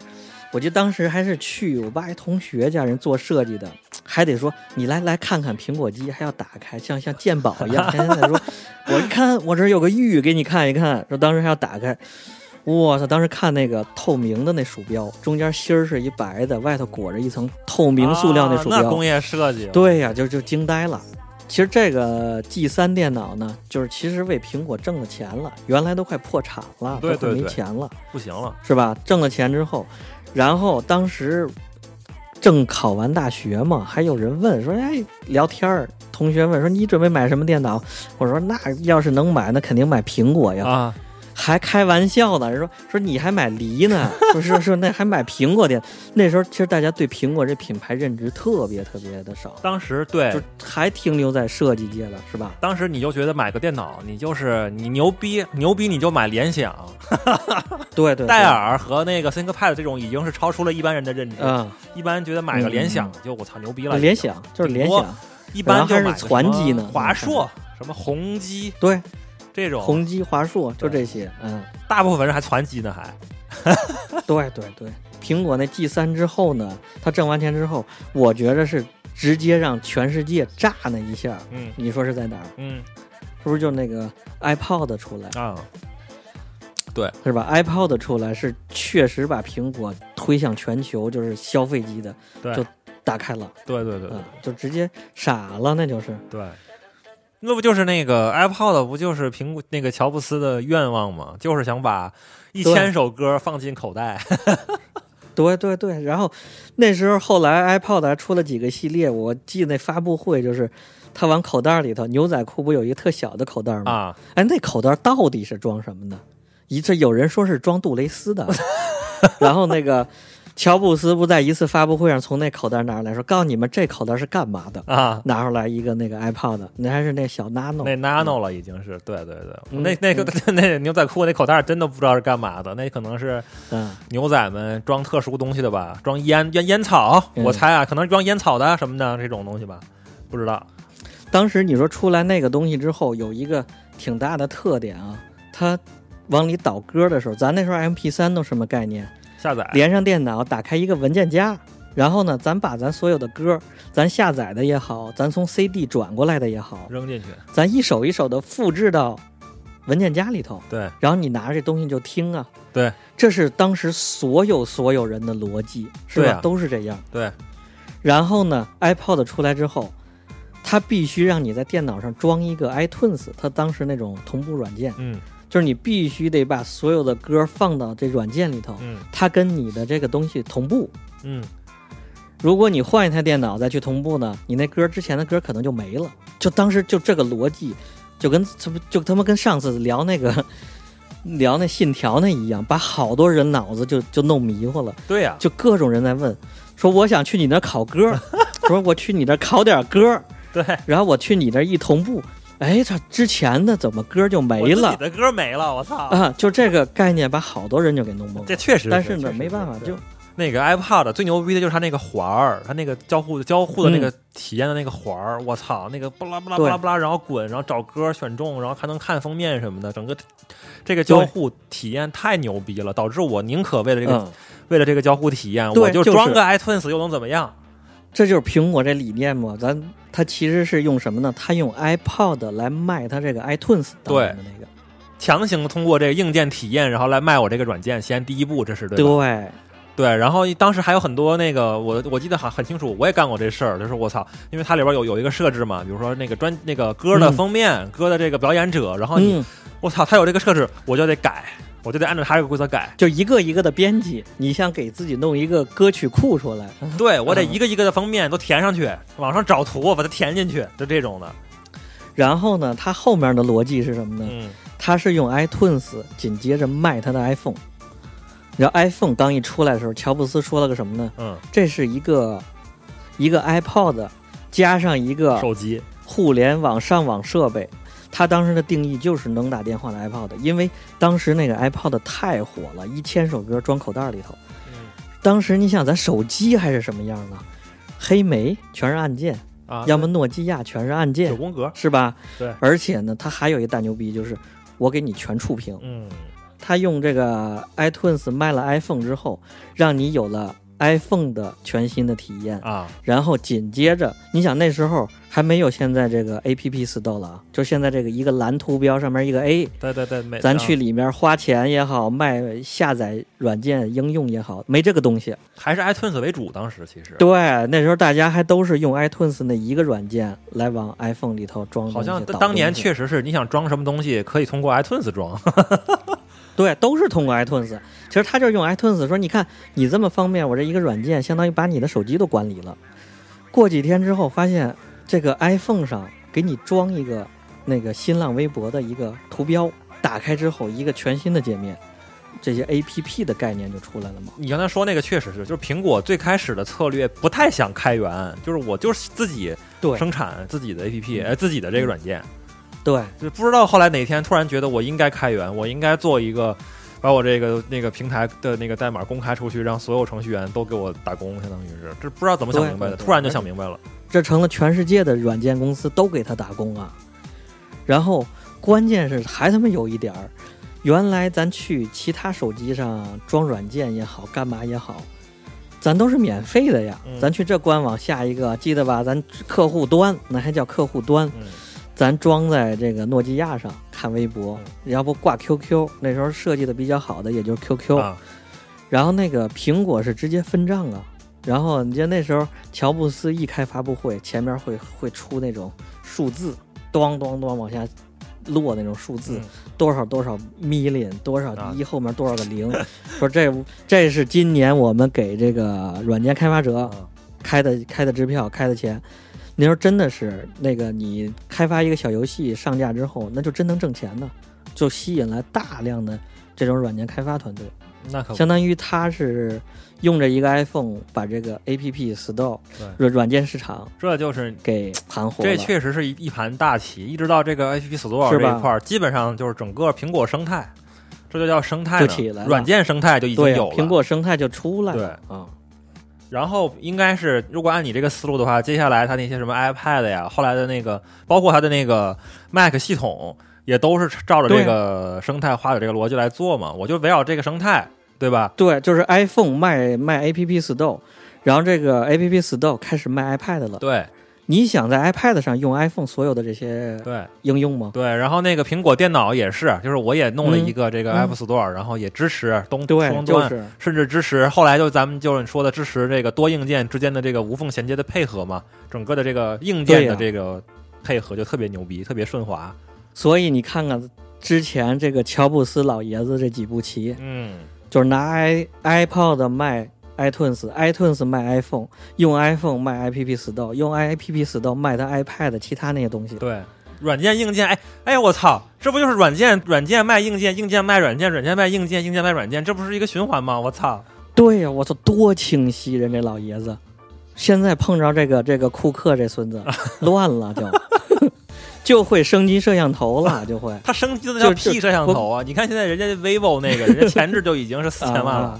A: 我记得当时还是去我爸一同学家人做设计的，还得说你来来看看苹果机，还要打开，像像鉴宝一样。现在说，我一看我这儿有个玉，给你看一看。说当时还要打开，我操！当时看那个透明的那鼠标，中间芯儿是一白的，外头裹着一层透明塑料
B: 啊那
A: 鼠标。
B: 那工业设计，
A: 啊对呀、就就惊呆了。其实这个 G 三电脑呢，就是其实为苹果挣了钱了，原来都快破产了，
B: 对
A: 都快
B: 对
A: 没
B: 对
A: 钱了。
B: 不行了，
A: 是吧？挣了钱之后，然后当时正考完大学嘛，还有人问说：“哎，聊天儿，同学问说你准备买什么电脑？”我说：“那要是能买，那肯定买苹果呀。
B: 啊
A: 还开玩笑呢，人说说你还买梨呢，说说说那还买苹果的。那时候其实大家对苹果这品牌认知特别特别的少，
B: 当时对
A: 就，还停留在设计界了，是吧？
B: 当时你就觉得买个电脑，你就是你牛逼，牛逼你就买联想、
A: 对对，对
B: 戴，尔和那个 ThinkPad 这种，已经是超出了一般人的认知。
A: 嗯，
B: 一般人觉得买个联想
A: 嗯
B: 就我操牛逼了，
A: 联，想就是联
B: 顶多
A: 想，
B: 一般就
A: 然后还
B: 买个
A: 是传机呢
B: 什么华硕、什么宏基
A: 对，
B: 这种，
A: 宏基、华硕就
B: 对
A: 这些，嗯。
B: 大部分人还传机呢，还
A: 对对对，苹果那 G 三之后呢，它挣完钱之后，我觉着是直接让全世界炸那一下儿。
B: 嗯
A: 你说是在哪儿？
B: 嗯
A: 是不是就那个 iPod 出来
B: 啊，
A: 是吧？iPod 出来是确实把苹果推向全球，就是消费级的
B: 对
A: 就打开了
B: 对对对
A: 啊，就直接傻了，那就是
B: 对。那不就是那个 iPod 不就是苹果那个乔布斯的愿望吗？就是想把一千
A: 对
B: 首歌放进口袋。
A: 对对对。然后那时候后来 iPod 还出了几个系列，我记那发布会就是。它往口袋里头，牛仔裤不有一个特小的口袋吗？
B: 啊，
A: 哎，那口袋到底是装什么的？一次有人说是装杜蕾斯的，然后那个乔布斯不在一次发布会上从那口袋拿出来说，告诉你们这口袋是干嘛的，
B: 啊，
A: 拿出来一个那个 iPod，那还是那小 Nano，
B: 那 Nano 了已经是，对对对，
A: 嗯
B: 那那个 那牛仔裤那口袋真的不知道是干嘛的，那可能是
A: 嗯，
B: 牛仔们装特殊东西的吧，装烟烟烟草，
A: 嗯
B: 我猜啊，可能是装烟草的什么的这种东西吧，不知道。
A: 当时你说出来那个东西之后，有一个挺大的特点啊，它往里导歌的时候，咱那时候 MP3 都什么概念？
B: 下载
A: 连上电脑，打开一个文件夹，然后呢，咱把咱所有的歌，咱下载的也好，咱从 CD 转过来的也好，
B: 扔进去，
A: 咱一首一首的复制到文件夹里头，
B: 对
A: 然后你拿着这东西就听啊。
B: 对，
A: 这是当时所有所有人的逻辑，是吧？
B: 对啊
A: 都是这样。
B: 对，
A: 然后呢，iPod 出来之后，它必须让你在电脑上装一个 iTunes，它当时那种同步软件，
B: 嗯
A: 就是你必须得把所有的歌放到这软件里头，
B: 嗯
A: 它跟你的这个东西同步。
B: 嗯，
A: 如果你换一台电脑再去同步呢，你那歌之前的歌可能就没了。就当时就这个逻辑，就跟这不就他妈跟上次聊那个 聊那信条那一样，把好多人脑子就就弄迷糊了，
B: 对呀、
A: 就各种人在问，说我想去你那儿考歌，说我去你那儿考点歌，
B: 对，
A: 然后我去你那儿一同步，哎，这之前的怎么歌就没
B: 我
A: 了
B: 自己的歌没了，我操！
A: 啊？就这个概念把好多人就给弄懵了。
B: 这确实，
A: 但是呢，
B: 确实
A: 没办法，
B: 对
A: 就
B: 那个 iPod 最牛逼的就是它那个环儿，它那个交互交互的那
A: 嗯
B: 个体验的那个环儿，我操，那个巴拉巴拉巴拉巴拉，然后滚，然后找歌选中，然后还能看封面什么的，整个这个交互体验太牛逼了，导致我宁可为了这个、
A: 嗯，
B: 为了这个交互体验，
A: 对
B: 我就
A: 就是
B: 装个 iTunes 又能怎么样？
A: 这就是苹果这理念嘛，咱它其实是用什么呢？它用 iPod 来卖它这个 iTunes 当年的那个，
B: 强行通过这个硬件体验，然后来卖我这个软件，先第一步，这是对吧？
A: 对
B: 对，然后当时还有很多那个，我我记得很很清楚，我也干过这事儿，就是我操，因为它里边有有一个设置嘛，比如说那个专那个歌的
A: 嗯
B: 封面、歌的这个表演者，然后你
A: 嗯，
B: 我操，它有这个设置，我就得改，我就得按照它这个规则改，
A: 就一个一个的编辑，你想给自己弄一个歌曲库出来，
B: 对我得
A: 嗯
B: 一个一个的封面都填上去，网上找图把它填进去，就这种的，
A: 然后呢，它后面的逻辑是什么呢？
B: 嗯，
A: 它是用 iTunes 紧接着卖它的 iPhone。你知道 iPhone 刚一出来的时候，乔布斯说了个什么呢？
B: 嗯，
A: 这是一个一个 iPod 加上一个
B: 嗯手机，
A: 互联网上网设备，它当时的定义就是能打电话的 iPod，因为当时那个 iPod 太火了，一千首歌装口袋里头。
B: 嗯
A: 当时你想，咱手机还是什么样呢？黑莓全是按键，
B: 啊，
A: 要么诺基亚全是按
B: 九
A: 键，
B: 宫格，
A: 是吧？
B: 对
A: 而且呢，它还有一大牛逼，就是我给你全触屏。
B: 嗯，
A: 它用这个 iTunes 卖了 iPhone 之后，让你有了 iPhone 的全新的体验。
B: 啊，
A: 然后紧接着，你想那时候还没有现在这个 A P P Store 了啊，就现在这个一个蓝图标上面一个 A，
B: 对对对，每
A: 咱
B: 啊
A: 去里面花钱也好，卖下载软件应用也好，没这个东西。
B: 还是 iTunes 为主，当时其实。
A: 对，那时候大家还都是用 iTunes 那一个软件来往 iPhone 里头装
B: 好
A: 东西
B: 像
A: 导
B: 当年
A: 东西
B: 确实是你想装什么东西，可以通过 iTunes 装。
A: 对，都是通过 iTunes。其实他就是用 iTunes 说，你看你这么方便，我这一个软件相当于把你的手机都管理了。过几天之后，发现这个 iPhone 上给你装一个那个新浪微博的一个图标，打开之后一个全新的界面，这些 A P P 的概念就出来了嘛。
B: 你刚才说那个确实是，就是苹果最开始的策略不太想开源，就是我就是自己
A: 对
B: 生产自己的 APP，
A: 嗯
B: 呃，自己的这个软件，
A: 对，
B: 就不知道后来哪天突然觉得我应该开源，我应该做一个。把我这个那个平台的那个代码公开出去，让所有程序员都给我打工，相当于是，这不知道怎么想
A: 对
B: 明白的，
A: 对对
B: 突然就想明白了。
A: 这成了全世界的软件公司都给他打工啊。然后关键是还他妈有一点儿，原来咱去其他手机上装软件也好，干嘛也好，咱都是免费的呀。
B: 嗯
A: 咱去这官网下一个，记得吧？咱客户端那还叫客户端，
B: 嗯，
A: 咱装在这个诺基亚上看微博，
B: 嗯
A: 要不挂 QQ，那时候设计的比较好的也就是 QQ。
B: 啊，
A: 然后那个苹果是直接分账啊。然后你记得那时候乔布斯一开发布会，前面会会出那种数字，咚咚咚往下落那种数字，
B: 嗯
A: 多少多少 million，多少
B: 啊
A: 一后面多少个零， 说这这是今年我们给这个软件开发者
B: 啊
A: 开的开的支票开的钱。那时候真的是那个你开发一个小游戏上架之后，那就真能挣钱呢，就吸引了大量的这种软件开发团队。
B: 那可不
A: 相当于它是用着一个 iPhone 把这个 APP Store
B: 对
A: 软软件市场
B: 这就是
A: 给盘活
B: 这
A: 了。
B: 确实是一一盘大棋，一直到这个 App Store
A: 是吧
B: 这一块儿，基本上就是整个苹果生态，这就叫生态
A: 就
B: 呢
A: 起来了
B: 软件生态就已经
A: 对啊，
B: 有了。
A: 苹果生态就出来了。啊，
B: 然后应该是，如果按你这个思路的话，接下来它那些什么 iPad 呀，后来的那个，包括它的那个 Mac 系统，也都是照着这个生态化的这个逻辑来做嘛。我就围绕这个生态，对吧？
A: 对，就是 iPhone 卖卖 APP Store，然后这个 APP Store 开始卖 iPad 了。
B: 对
A: 你想在 iPad 上用 iPhone 所有的这些
B: 对
A: 应用吗？
B: 对。然后那个苹果电脑也是，就是我也弄了
A: 嗯
B: 一个这个
A: 嗯
B: App Store，、然后也支持东
A: 对，
B: 双
A: 就
B: 端
A: 是
B: 甚至支持后来就咱们就是说的支持这个多硬件之间的这个无缝衔接的配合嘛，整个的这个硬件的这个配合就特别牛逼，特别顺滑。
A: 所以你看看之前这个乔布斯老爷子这几步棋，
B: 嗯，
A: 就是拿 i iPod 卖 iTunes，iTunes 卖 iPhone，用 iPhone 卖 App Store，用 App Store 卖他 iPad 其他那些东西。
B: 对，软件硬件，哎哎呀，我操，这不就是软件软件卖硬件，硬件卖软件，软件卖硬件，硬件卖软件，这不是一个循环吗？我操，
A: 对呀、我操，多清晰！人这老爷子，现在碰着这个这个库克这孙子，乱了就， 就会升级摄像头了，就会。
B: 它升级的
A: 就
B: 叫
A: 就
B: P 摄像头啊！你看现在人家 vivo 那个，人家前置就已经是四千万了
A: 啊，，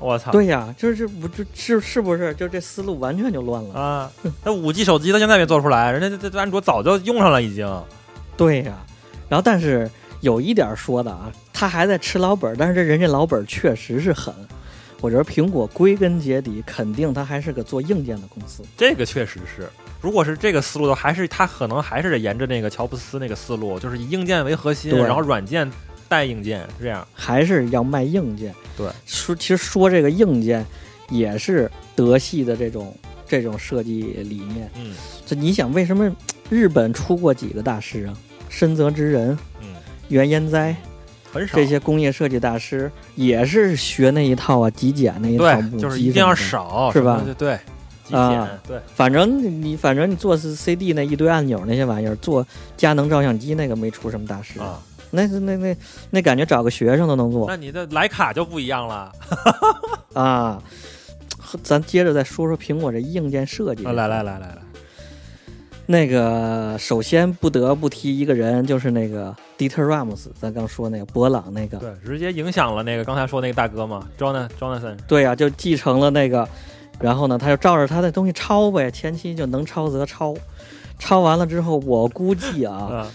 B: 我操！
A: 对呀、就是不就是是不是就这思路完全就乱了？
B: 啊，那五 G 手机它现在没做出来，人家这这安卓早就用上了已经。
A: 对呀、然后但是有一点说的啊，他还在吃老本儿，但是这人家老本儿确实是狠。我觉得苹果归根结底，肯定它还是个做硬件的公司。
B: 这个确实是，如果是这个思路的话，还是他可能还是沿着那个乔布斯那个思路，就是以硬件为核心，
A: 对
B: 然后软件带硬件这样。
A: 还是要卖硬件。
B: 对，
A: 说其实说这个硬件，也是德系的这种这种设计理念。
B: 嗯
A: 这你想，为什么日本出过几个大师啊？深泽直人、
B: 嗯，
A: 原研哉
B: 很少
A: 这些工业设计大师，也是学那一套啊，极简那一套母
B: 对，
A: 机
B: 就是一定要
A: 什么的
B: 少，
A: 是吧
B: 什么的对，极简、
A: 啊
B: 对，
A: 反正你反正你做是 CD 那一堆按钮那些玩意儿，做佳能照相机那个没出什么大事
B: 啊，
A: 那是哦那那那感觉找个学生都能做
B: 那你的徕卡就不一样了。
A: 啊。呵咱接着再说说苹果这硬件设计、
B: 啊来来，来来来，
A: 那个首先不得不提一个人，就是那个 Dieter Rams，咱刚说那个博朗那个，
B: 对，直接影响了那个刚才说那个大哥嘛，Jonathan Jonathan，
A: 对啊呀、就继承了那个，然后呢，他就照着他的东西抄呗，前期就能抄则抄，抄完了之后，我估计 啊，
B: 嗯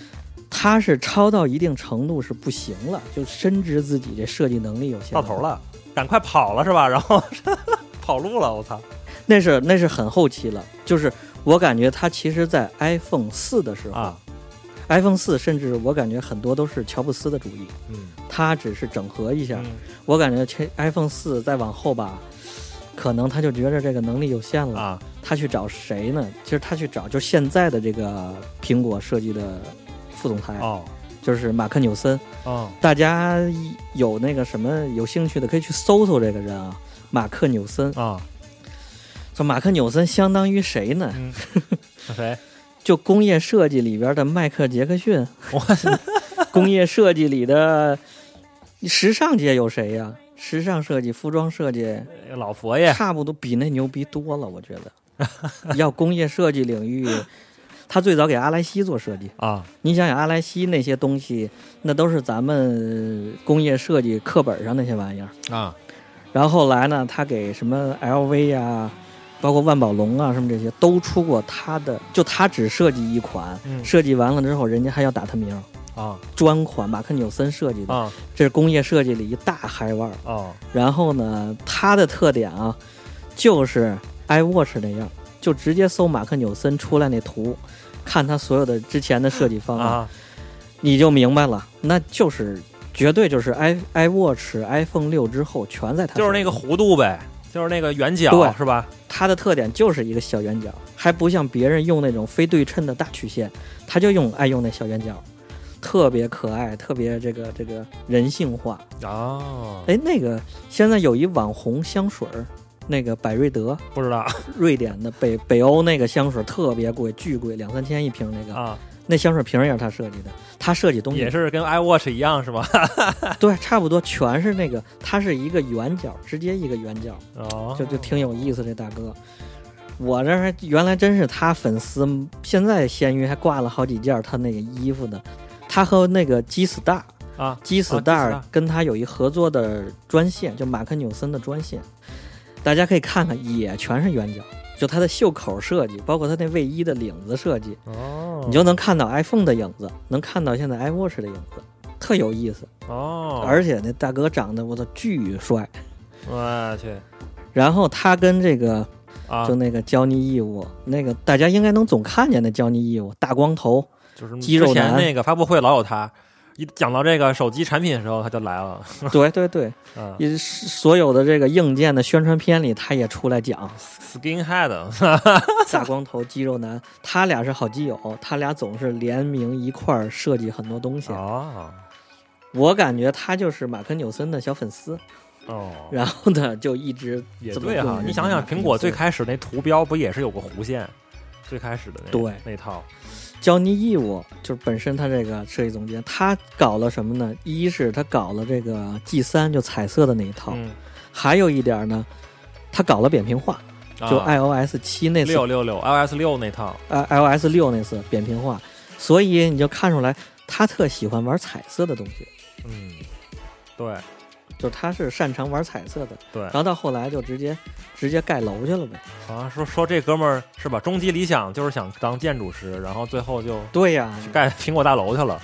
A: 他是抄到一定程度是不行了，就深知自己这设计能力有限，
B: 到头。了，赶快跑了是吧？然后 跑路了，我操，
A: 那是那是很后期了，就是我感觉他其实，在 iPhone 四的时候、
B: 啊，
A: i p h o n e 四甚至我感觉很多都是乔布斯的主意，
B: 嗯，
A: 他只是整合一下。
B: 嗯
A: 我感觉前 iPhone 四再往后吧，可能他就觉着这个能力有限了，
B: 啊，
A: 他去找谁呢？其实他去找就现在的这个苹果设计的副总裁，
B: 哦
A: 就是马克纽森。
B: 哦，
A: 大家有那个什么有兴趣的，可以去搜搜这个人啊，马克纽森。
B: 啊，
A: 这马克纽森相当于谁呢？
B: 嗯，那谁？
A: 就工业设计里边的迈克杰克逊，
B: 我
A: 工业设计里的时尚界有谁呀、时尚设计、服装设计，
B: 老佛爷，
A: 差不多比那牛逼多了，我觉得。 要工业设计领域，他最早给阿莱西做设计。
B: 啊，
A: 你想想阿莱西那些东西，那都是咱们工业设计课本上那些玩意儿。
B: 啊，
A: 然后后来呢，他给什么 LV 呀、包括万宝龙啊什么这些，都出过他的，就他只设计一款，
B: 嗯
A: 设计完了之后，人家还要打他名儿，
B: 啊，
A: 专款马克纽森设计的，
B: 啊，
A: 这是工业设计里一大嗨腕儿。
B: 哦，
A: 然后呢，它的特点啊，就是 iWatch 那样，就直接搜马克纽森出来那图，看他所有的之前的设计方案，
B: 啊，
A: 你就明白了，那就是绝对就是 i iWatch、iPhone 六之后全在它手
B: 就是
A: 里。
B: 那个弧度呗，就是那个圆角
A: 对
B: 是吧？
A: 它的特点就是一个小圆角，还不像别人用那种非对称的大曲线，它就用哎爱用那小圆角，特别可爱，特别这个这个人性化。
B: 哦，
A: 哎，那个现在有一网红香水儿，那个百瑞德，
B: 不知道
A: 瑞典的北北欧那个香水特别贵，巨贵，两三千一瓶那个。
B: 啊，
A: 那香水瓶也是他设计的，他设计东西
B: 也是跟 iWatch 一样是吧？
A: 对，差不多全是那个，它是一个圆角，直接一个圆角，
B: 哦，
A: 就就挺有意思。这大哥，我这还原来真是他粉丝，现在闲鱼还挂了好几件他那个衣服呢。他和那个基斯大
B: 啊，
A: 基
B: 啊
A: 斯
B: 基
A: 达
B: 斯
A: 尔
B: 大
A: 跟他有一合作的专线，就马克纽森的专线，大家可以看看，也全是圆角，就他的袖口设计，包括他那卫衣的领子设计，
B: 哦，
A: 你就能看到 iPhone 的影子，能看到现在 iWatch 的影子，特有意思。
B: 哦，
A: 而且那大哥长得我操巨帅，
B: 我去
A: 然后他跟这个
B: 啊，
A: 就那个焦尼义务，那个大家应该能总看见那焦尼义务，大光头，
B: 就是
A: 肌肉
B: 之前
A: 男
B: 那个发布会老有他，一讲到这个手机产品的时候他就来了，
A: 对对对，
B: 嗯
A: 也是所有的这个硬件的宣传片里他也出来讲，
B: ，Skinhead
A: 大光头肌肉男，他俩是好基友，他俩总是联名一块儿设计很多东西。
B: 哦
A: 我感觉他就是马克纽森的小粉丝，
B: 哦，
A: 然后呢就一直
B: 也
A: 这么
B: 对哈
A: 用，人
B: 你
A: 家
B: 想想
A: 马克
B: 苹
A: 纽
B: 果
A: 森
B: 最开始那图标不也是有个弧线，最开始的那
A: 对
B: 那套
A: 焦尼义务就是本身他这个设计总监，他搞了什么呢？一是他搞了这个 G 三就彩色的那一套，
B: 嗯，
A: 还有一点呢，他搞了扁平化，就
B: 啊
A: iOS 七那次
B: 六六六 iOS 六那套，
A: 呃 iOS 六那次扁平化，所以你就看出来他特喜欢玩彩色的东西，
B: 嗯，对
A: 就是他是擅长玩彩色的，
B: 对
A: 然，后到后来就直接直接盖楼去了呗。
B: 好像说说这哥们儿是吧？终极理想就是想当建筑师，然后最后就
A: 对呀、
B: 去盖苹果大楼去了。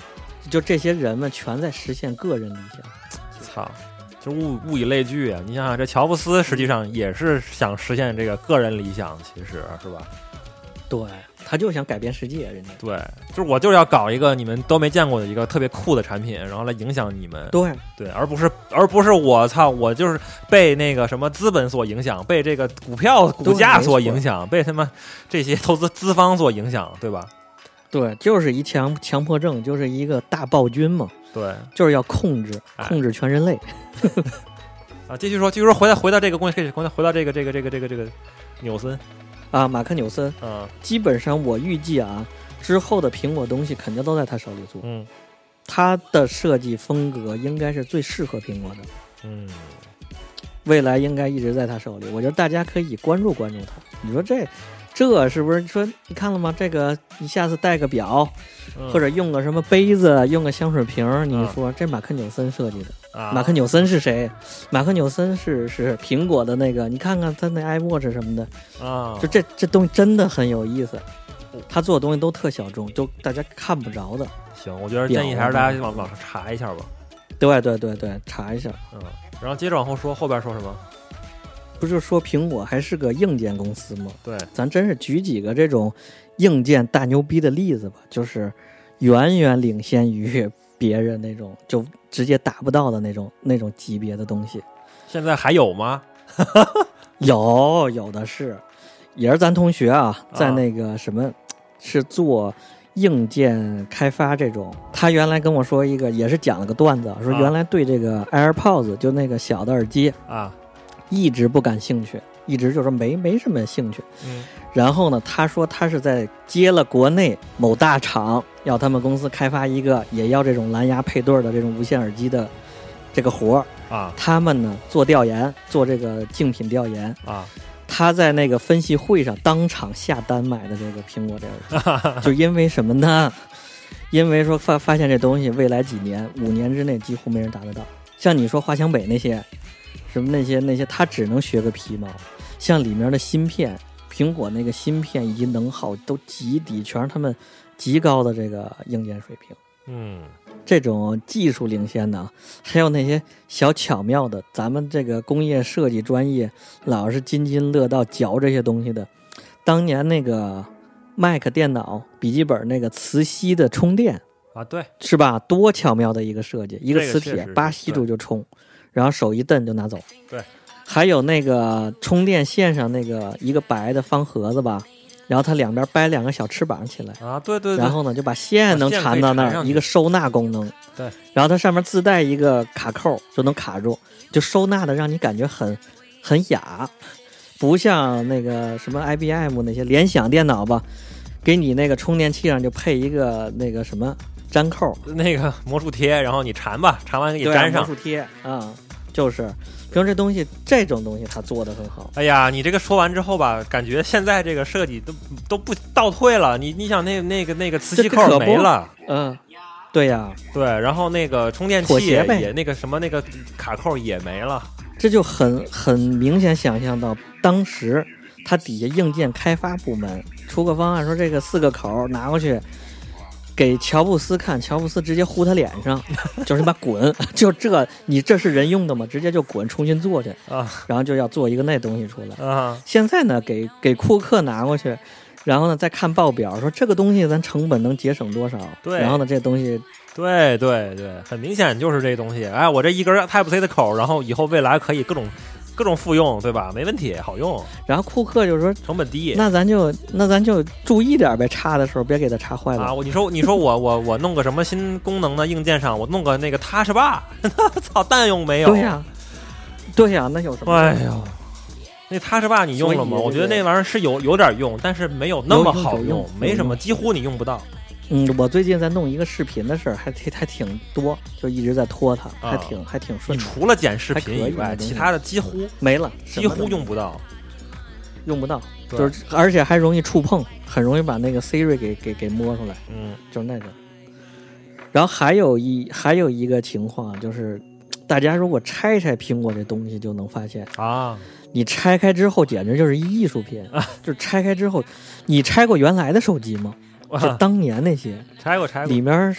A: 就这些人们全在实现个人理想。
B: 操，就物物以类聚啊！你想想，这乔布斯实际上也是想实现这个个人理想，其实是吧？
A: 对，他就想改变世界，人家。
B: 对，就是我就是要搞一个你们都没见过的一个特别酷的产品，然后来影响你们。
A: 对，
B: 对，而不是而不是我操，我就是被那个什么资本所影响，被这个股票股价所影响，被他妈这些投资资方所影响，对吧？
A: 对，就是一强强迫症，就是一个大暴君嘛，
B: 对
A: 就是要控制
B: 哎
A: 控制全人类。
B: 啊，继续说，继续说，回到回到这个公司，回到回到这个这个这个这个这个纽森，
A: 啊，马克纽森，
B: 嗯
A: 基本上我预计啊，之后的苹果东西肯定都在他手里做，
B: 嗯
A: 他的设计风格应该是最适合苹果的，
B: 嗯，
A: 未来应该一直在他手里。我觉得大家可以关注关注他。你说这，这是不是说你看了吗？这个你下次戴个表，
B: 嗯
A: 或者用个什么杯子，用个香水瓶儿，你
B: 嗯
A: 说这马克纽森设计的。
B: 啊
A: 马克纽森是谁？马克纽森是是苹果的那个，你看看他那 iWatch 什么的，
B: 啊，
A: 就这这东西真的很有意思。他做的东西都特小众，就大家看不着的。
B: 行，我觉得建议还是大家往网上查一下吧。
A: 对对对对，查一下。
B: 嗯，然后接着往后说，后边说什么？
A: 不是说苹果还是个硬件公司吗？
B: 对，
A: 咱真是举几个这种硬件大牛逼的例子吧，就是远远领先于别人那种，就直接达不到的那种那种级别的东西。
B: 现在还有吗？
A: 有有的是，也是咱同学啊，在那个什么，是做硬件开发这种。他原来跟我说一个，也是讲了个段子，说
B: 啊
A: 原来对这个 AirPods 就那个小的耳机
B: 啊
A: 一直不感兴趣，一直就是没没什么兴趣。
B: 嗯
A: 然后呢，他说他是在接了国内某大厂要他们公司开发一个也要这种蓝牙配对儿的这种无线耳机的这个活儿，
B: 啊
A: 他们呢做调研，做这个竞品调研，
B: 啊
A: 他在那个分析会上当场下单买的这个苹果这个耳机，就因为什么呢？因为说发发现这东西未来几年五年之内几乎没人达得到。像你说华强北那些，什么那些那些，他只能学个皮毛。像里面的芯片，苹果那个芯片以及能耗都极低，全是他们极高的这个硬件水平。
B: 嗯
A: 这种技术领先的，还有那些小巧妙的，咱们这个工业设计专业老是津津乐道嚼这些东西的。当年那个 Mac 电脑笔记本那个磁吸的充电
B: 啊对
A: 是吧？多巧妙的一个设计，一个
B: 这个
A: 磁
B: 确
A: 铁
B: 实是
A: 叭吸住就充，然后手一蹬就拿走。
B: 对，
A: 还有那个充电线上那个一个白的方盒子吧，然后它两边掰两个小翅膀起来。
B: 啊对对对
A: 然后呢，就把线能缠到那
B: 把线可以缠
A: 儿，
B: 上去
A: 一个收纳功能。
B: 对，
A: 然后它上面自带一个卡扣，就能卡住，就收纳的让你感觉很很雅，不像那个什么 IBM 那些联想电脑吧，给你那个充电器上就配一个那个什么粘扣，
B: 那个魔术贴，然后你缠吧，缠完给你
A: 对
B: 粘上
A: 魔。术贴啊、就是，比如这东西，这种东西它做的很好。
B: 哎呀，你这个说完之后吧，感觉现在这个设计都都不倒退了。你你想那那个那个磁吸
A: 这可
B: 扣
A: 不
B: 没了，
A: 嗯，对呀、
B: 对，然后那个充电
A: 妥
B: 器
A: 协呗
B: 也那个什么那个卡扣也没了。
A: 这就很很明显想象到当时它底下硬件开发部门出个方案，说这个四个口拿过去给乔布斯看，乔布斯直接呼他脸上， 就是他妈滚， 就这你这是人用的吗？直接就滚，重新做去
B: 啊！
A: 然后就要做一个那东西出来。
B: 啊
A: 现在呢，给给库克拿过去，然后呢再看报表，说这个东西咱成本能节省多少？
B: 对
A: 然后呢这东西
B: 对对对，很明显就是这东西。哎，我这一根 Type C 的口，然后以后未来可以各种各种复用，对吧？没问题，好用，
A: 然后库克就说，
B: 成本低。
A: 那咱就那咱就注意点呗，插的时候别给它插坏了
B: 啊，。我你说你说我我我弄个什么新功能的硬件上，我弄个那个踏实吧， 操蛋用没有？
A: 对呀、啊对呀、那有什么？
B: 哎呦，那踏实吧你用了
A: 所以这
B: 吗？
A: 个
B: 我觉得那玩意儿是有有点用，但是没有那么好
A: 有用有用
B: 没什么，几乎你用不到。
A: 嗯，我最近在弄一个视频的事儿，还挺还挺多，就一直在拖它，
B: 啊
A: 还挺、还挺
B: 你
A: 顺的，
B: 除了剪视
A: 还可
B: 频
A: 以
B: 以外，
A: 那东西
B: 其他的几乎
A: 没了，
B: 几
A: 什么
B: 乎
A: 都
B: 用不到。
A: 用不到，
B: 对
A: 就是而且还容易触碰，很容易把那个 Siri 给给给摸出来，
B: 嗯
A: 就是那种。然后还有一还有一个情况就是，大家如果拆拆苹果这东西，就能发现，
B: 啊，
A: 你拆开之后简直就是一艺术品，就是拆开之后，你拆过原来的手机吗？
B: 我
A: 就当年那些，
B: 拆过拆过
A: 里，面儿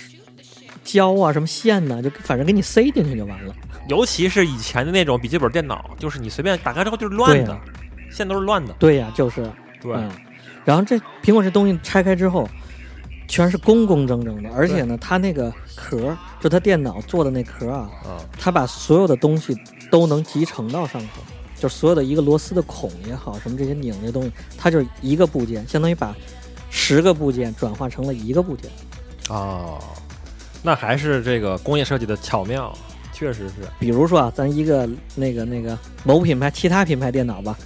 A: 胶啊、什么线呐、就反正给你塞进去就完了。
B: 尤其是以前的那种笔记本电脑，就是你随便打开之后就是乱
A: 对
B: 的
A: 呀，
B: 线都是乱的。
A: 对呀、就是，
B: 对
A: 嗯。然后这苹果这东西拆开之后，全是工工整整的，而且呢，它那个壳儿，就它电脑做的那壳儿啊，
B: 啊
A: 它把所有的东西都能集成到上头，就所有的一个螺丝的孔也好，什么这些拧这东西，它就是一个部件，相当于把十个部件转化成了一个部件。
B: 哦，那还是这个工业设计的巧妙，确实是。
A: 比如说啊，咱一个那个那个某品牌其他品牌电脑吧，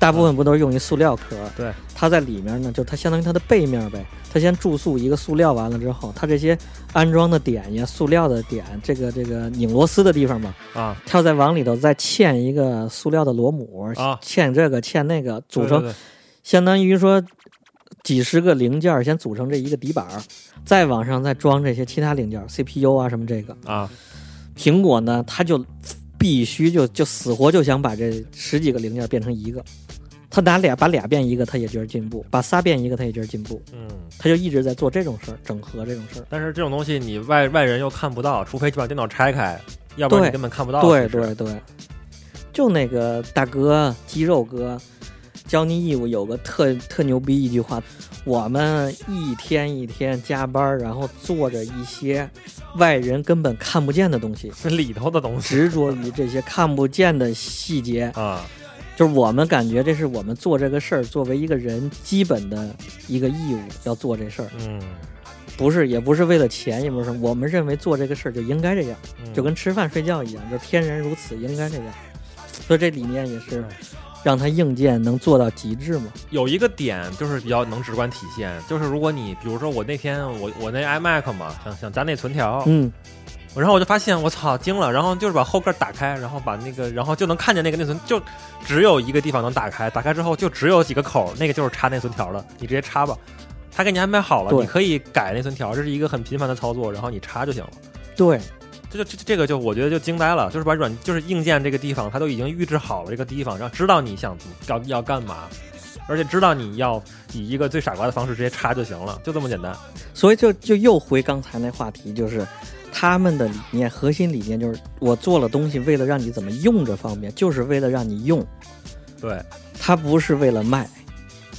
A: 大部分不都是用一塑料壳？
B: 对，
A: 它在里面呢，就它相当于它的背面呗，它先注塑一个塑料，完了之后，它这些安装的点呀、塑料的点，这个这个拧螺丝的地方嘛，
B: 啊，
A: 它要再往里头再嵌一个塑料的螺母，
B: 啊
A: 嵌这个嵌那个，组
B: 对
A: 成
B: 对对
A: 相当于说几十个零件儿先组成这一个底板儿，再往上再装这些其他零件儿，CPU 啊什么这个。
B: 啊，
A: 苹果呢，它就必须就就死活就想把这十几个零件变成一个。他拿俩把俩变一个，他也觉得进步；把仨变一个，他也觉得进步。
B: 嗯。
A: 他就一直在做这种事儿，整合这种事儿。
B: 但是这种东西你外外人又看不到，除非你把电脑拆开，要不然
A: 对
B: 你根本看不到。
A: 对
B: 其实
A: 对对，就那个大哥肌肉哥，教你义务有个特特牛逼一句话：我们一天一天加班儿，然后做着一些外人根本看不见的东西，
B: 里头的东西
A: 执着于这些看不见的细节。
B: 啊，
A: 就是我们感觉这是我们做这个事儿，作为一个人基本的一个义务，要做这事儿，
B: 嗯，
A: 不是也不是为了钱，也不是什么我们认为做这个事儿就应该这样，
B: 嗯
A: 就跟吃饭睡觉一样，就天然如此，应该这样。所以这理念也是让它硬件能做到极致嘛。
B: 有一个点就是比较能直观体现，就是如果你比如说我那天我我那 iMac 嘛，想想咱那存条，
A: 嗯，
B: 然后我就发现我操惊了，然后就是把后盖打开，然后把那个然后就能看见那个内存，就只有一个地方能打开，打开之后就只有几个口，那个就是插内存条的，你直接插吧。他给你安排好了，
A: 对
B: 你可以改内存条，这是一个很频繁的操作，然后你插就行了。
A: 对，
B: 这就这这个就我觉得就惊呆了，就是把软就是硬件这个地方，它都已经预制好了这个地方，然后知道你想要要干嘛，而且知道你要以一个最傻瓜的方式直接插就行了，就这么简单。
A: 所以就就又回刚才那话题，就是他们的理念，核心理念就是我做了东西，为了让你怎么用这方面，就是为了让你用，
B: 对，
A: 它不是为了卖，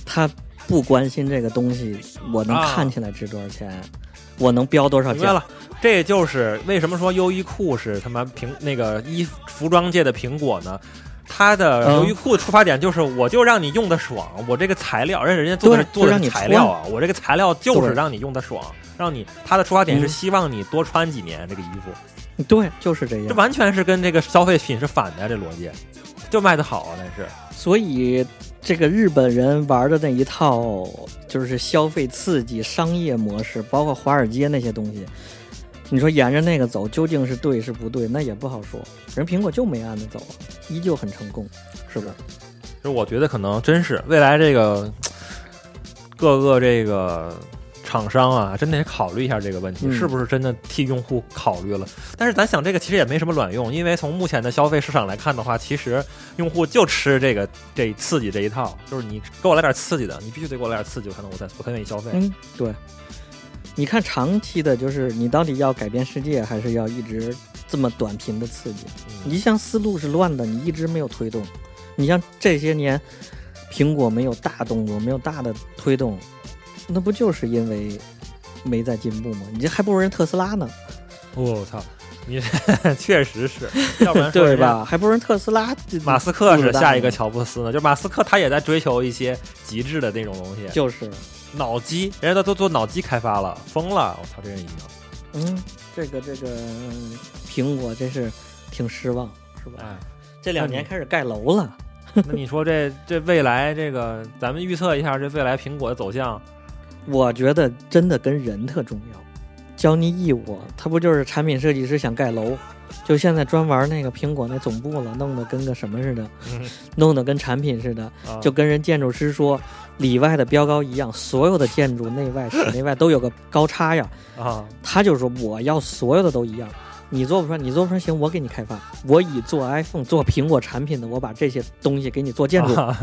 A: 它不关心这个东西我能
B: 啊
A: 看起来值多少钱，我能标多少
B: 明白
A: 价。
B: 了，这就是为什么说优衣库是他妈苹那个衣服服装界的苹果呢？它的
A: 嗯
B: 优衣库的出发点就是，我就让你用的爽，我这个材料，而且人家做的是
A: 对
B: 做
A: 就
B: 的
A: 让你
B: 是材料啊，我这个材料就是让你用的爽，让你它的出发点是
A: 嗯
B: 希望你多穿几年这个衣服。
A: 对，就是这
B: 这
A: 样。
B: 完全是跟这个消费品是反的呀，这逻辑就卖的好啊，但是
A: 所以这个日本人玩的那一套就是消费刺激商业模式，包括华尔街那些东西。你说沿着那个走，究竟是对是不对，那也不好说。人苹果就没按着走，依旧很成功，是不是？
B: 就是我觉得可能真是未来这个各个这个厂商啊，真得考虑一下这个问题，
A: 嗯
B: 是不是真的替用户考虑了？但是咱想这个其实也没什么卵用，因为从目前的消费市场来看的话，其实用户就吃这个这刺激这一套，就是你给我来点刺激的，你必须得给我来点刺激，我才能我才我才愿意消费。
A: 嗯，对。你看长期的，就是你到底要改变世界，还是要一直这么短频的刺激？
B: 嗯
A: 你像思路是乱的，你一直没有推动。你像这些年，苹果没有大动作，没有大的推动，那不就是因为没在进步吗？你这还不如人特斯拉呢，
B: 我操、你 确实是，要不然说
A: 对
B: 人家
A: 吧？还不如人特斯拉这
B: 马斯克
A: 肚
B: 是
A: 子大
B: 下一个
A: 呢
B: 乔布斯呢，就马斯克他也在追求一些极致的那种东西，
A: 就是，
B: 脑机，人家都都做脑机开发了，疯了！我操，这人已经，
A: 嗯，这个这个嗯苹果真是挺失望，是吧？嗯
B: 哎，
A: 这两
B: 那
A: 年
B: 你
A: 开始盖楼了，
B: 那你说这这未来这个，咱们预测一下这未来苹果的走向，
A: 我觉得真的跟人特重要。教你 E 我，他不就是产品设计师想盖楼，就现在专玩那个苹果那总部了，弄得跟个什么似的，
B: 嗯
A: 弄得跟产品似的，
B: 啊
A: 就跟人建筑师说里外的标高一样，所有的建筑内外室内 外都有个高差呀。
B: 啊，
A: 他就说我要所有的都一样，你做不出来，你做不出来行，我给你开发，我以做 iPhone 做苹果产品的，我把这些东西给你做建筑，
B: 啊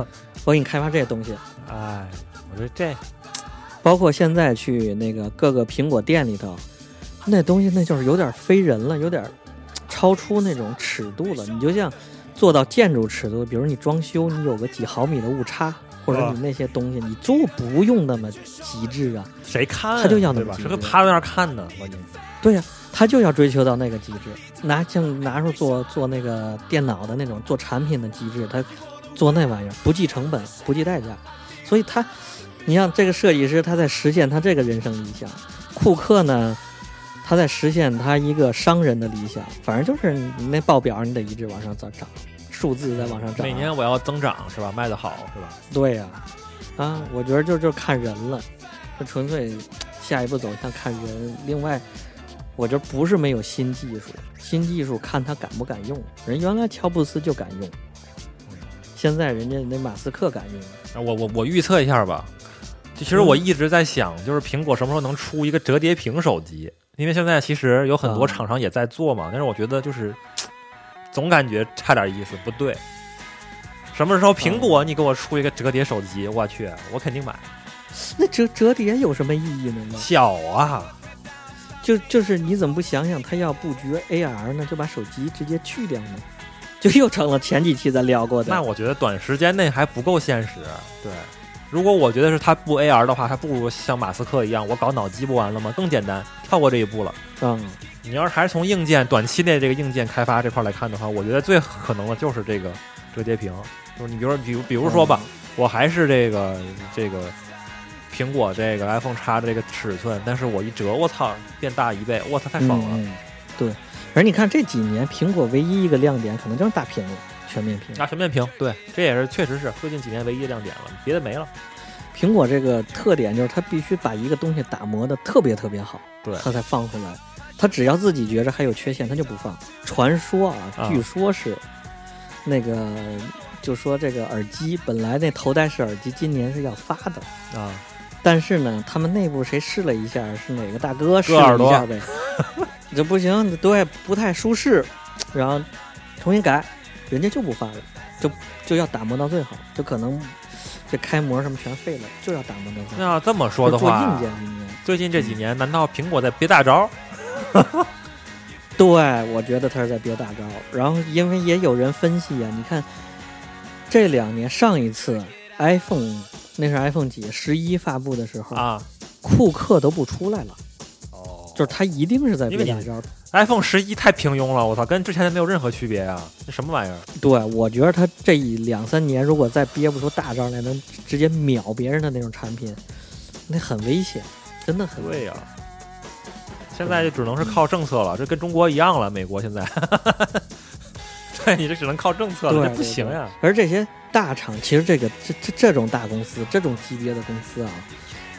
A: 我给你开发这些东西。
B: 哎，我说这
A: 包括现在去那个各个苹果店里头，那东西那就是有点非人了，有点超出那种尺度了。你就像做到建筑尺度，比如你装修，你有个几毫米的误差，或者
B: 啊
A: 你那些东西，你做不用那么极致啊。
B: 谁看、啊？
A: 他就要那
B: 对
A: 么
B: 吧？
A: 极
B: 谁
A: 致
B: 会趴在那儿看呢？关键
A: 对呀、他就要追求到那个极致，拿像拿出做做那个电脑的那种做产品的极致，他做那玩意儿不计成本，不计代价，所以他，你像这个设计师，他在实现他这个人生理想；库克呢，他在实现他一个商人的理想。反正就是你那报表，你得一直往上涨，涨数字在往上涨。啊
B: 每年我要增长是吧？卖的好是吧？
A: 对呀、啊，我觉得就就看人了，就纯粹下一步走向看人。另外，我觉得不是没有新技术，新技术看他敢不敢用。人原来乔布斯就敢用，现在人家那马斯克敢用了。
B: 啊我我我预测一下吧。就其实我
A: 嗯
B: 一直在想，就是苹果什么时候能出一个折叠屏手机？因为现在其实有很多
A: 啊
B: 厂商也在做嘛，但是我觉得就是总感觉差点意思，不对。什么时候苹
A: 啊
B: 果你给我出一个折叠手机？我去，我肯定买。
A: 那折折叠有什么意义呢？
B: 小啊，
A: 就就是你怎么不想想，他要布局 AR 呢，就把手机直接去掉呢？就又成了前几期咱聊过
B: 那
A: 的，
B: 我觉得短时间内还不够现实。对，如果我觉得是它不 AR 的话，它不如像马斯克一样，我搞脑机不完了吗？更简单，跳过这一步了。
A: 嗯，
B: 你要是还是从硬件短期内这个硬件开发这块来看的话，我觉得最可能的就是这个折叠屏，就是你比如说，比如比
A: 比
B: 如说吧，，我还是这个这个苹果这个 iPhone 叉这个尺寸，但是我一折，我操，变大一倍，
A: 嗯
B: 我操，太爽了！
A: 嗯嗯对，而你看这几年苹果唯一一个亮点，可能就是大屏幕，全面屏。
B: 啊，全面屏，对，这也是确实是最近几年唯一的亮点了，别的没了。
A: 苹果这个特点就是它必须把一个东西打磨的特别特别好，
B: 对
A: 它才放回来。它只要自己觉着还有缺陷，它就不放。传说啊
B: 啊，
A: 据说是、那个，就说这个耳机本来那头戴式耳机今年是要发的，
B: 啊，
A: 但是呢，他们内部谁试了一下，是哪个大哥试
B: 割耳
A: 了一
B: 朵
A: 下呗， 这不行，对，不太舒适，然后重新改，人家就不发了，就就要打磨到最好，就可能这开模什么全废了，就要打磨到最好。
B: 那这么说的
A: 做
B: 话
A: 硬，件今年，
B: 最近这几年难道苹果在憋大招？
A: 对我觉得他是在憋大招。然后因为也有人分析啊，你看这两年上一次 iPhone 那是 iPhone 几十一发布的时候，
B: 啊？
A: 库克都不出来了，
B: 哦，
A: 就是他一定是在
B: 因
A: 憋
B: 为
A: 大
B: 你
A: 招。
B: iPhone 十一太平庸了，我操，跟之前的没有任何区别啊！这什么玩意儿？
A: 对，我觉得他这一两三年，如果再憋不出大招来，能直接秒别人的那种产品，那很危险，真的很危
B: 对
A: 险。
B: 呀、嗯现在就只能是靠政策了，这跟中国一样了，美国现在， 对你这只能靠政策了，
A: 对
B: 这不行呀、
A: 而这些大厂，其实这个这这这种大公司，这种级别的公司啊，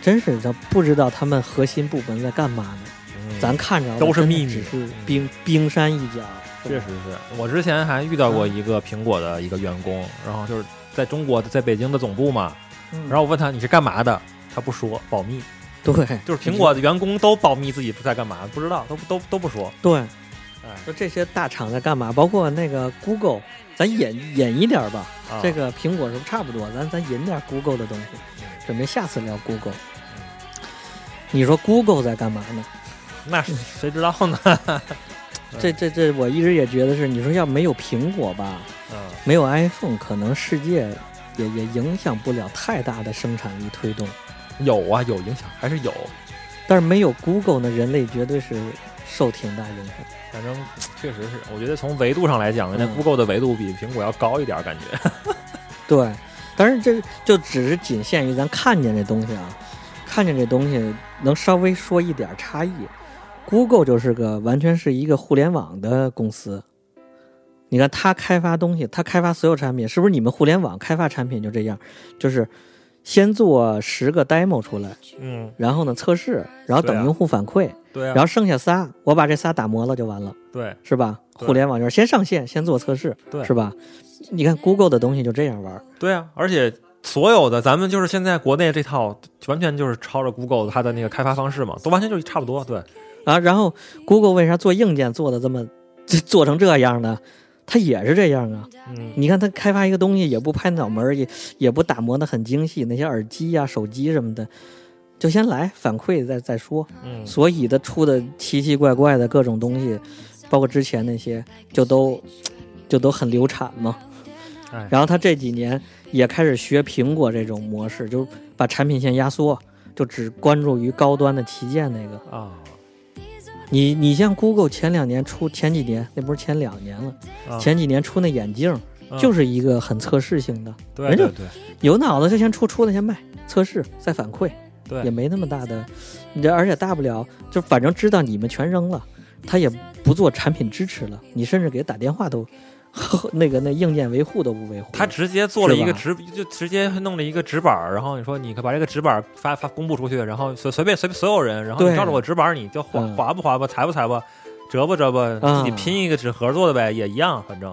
A: 真是他不知道他们核心部门在干嘛呢。
B: 嗯
A: 咱看着
B: 都是
A: 真的
B: 秘密
A: 只
B: 嗯
A: 是冰冰山一角。
B: 确实是我之前还遇到过一个苹果的一个员工，然后就是在中国在北京的总部嘛，
A: 嗯，
B: 然后我问他你是干嘛的，他不说保密，
A: 对，
B: 就是苹果的员工都保密自己在干嘛，不知道都都都不说，
A: 对，
B: 哎
A: 说这些大厂在干嘛？包括那个 Google，咱演演一点儿吧。
B: 啊、
A: 这个苹果是不是差不多？咱咱引点 Google 的东西，准备下次聊 Google。你说 Google 在干嘛呢？
B: 那是谁知道 呢？嗯
A: 这这这，我一直也觉得是，你说要没有苹果吧，
B: 嗯，
A: 没有 iPhone，可能世界也也影响不了太大的生产力推动。
B: 有啊，有影响，还是有，
A: 但是没有 Google 呢，人类绝对是受挺大影响。
B: 反正确实是，我觉得从维度上来讲，人家
A: 嗯
B: Google 的维度比苹果要高一点，感觉。
A: 对，但是这就只是仅限于咱看见这东西啊，看见这东西能稍微说一点差异。Google 就是个完全是一个互联网的公司，你看它开发东西，它开发所有产品，是不是你们互联网开发产品就这样？就是先做十个 demo 出来，
B: 嗯，
A: 然后呢测试，然后
B: 对
A: 等
B: 啊
A: 用户反馈，
B: 对
A: 然，后剩下仨，我把这仨打磨了就完了。
B: 对，
A: 是吧？
B: 对
A: 互联网就是先上线，先做测试，
B: 对
A: 是吧？你看 Google 的东西就这样玩儿，
B: 对啊，而且所有的咱们就是现在国内这套，完全就是抄着 Google 它的那个开发方式嘛，都完全就差不多。对，
A: 啊，然后 Google 为啥做硬件做的这么这做成这样呢？它也是这样啊。
B: 嗯，
A: 你看它开发一个东西，也不拍脑门儿，也也不打磨的很精细，那些耳机呀、手机什么的，就先来反馈再再说。
B: 嗯，
A: 所以它出的奇奇怪怪的各种东西，包括之前那些，就都就都很流产嘛。
B: 哎，
A: 然后他这几年也开始学苹果这种模式，就是把产品线压缩，就只关注于高端的旗舰那个。
B: 啊，
A: 你你像 Google 前两年出前几年，那不是前两年了，
B: 啊
A: 前几年出那眼镜、
B: 嗯
A: 就是一个很测试性的，
B: 对
A: 人家
B: 对对，
A: 有脑子就先出出了先卖，测试再反馈，
B: 对
A: 也没那么大的，你这而且大不了就反正知道你们全扔了，他也不做产品支持了，你甚至给打电话都那个那硬件维护都不维护了，
B: 他直接做了一个
A: 嗯是
B: 直，就直接弄了一个直板儿，然后你说你可把这个直板儿发发公布出去，然后随随便随便所有人，然后你
A: 对
B: 照着我直板儿，你就划
A: 嗯
B: 划不划吧，裁不裁吧，折吧折吧，
A: 啊
B: 自己拼一个纸盒做的呗，也一样，反正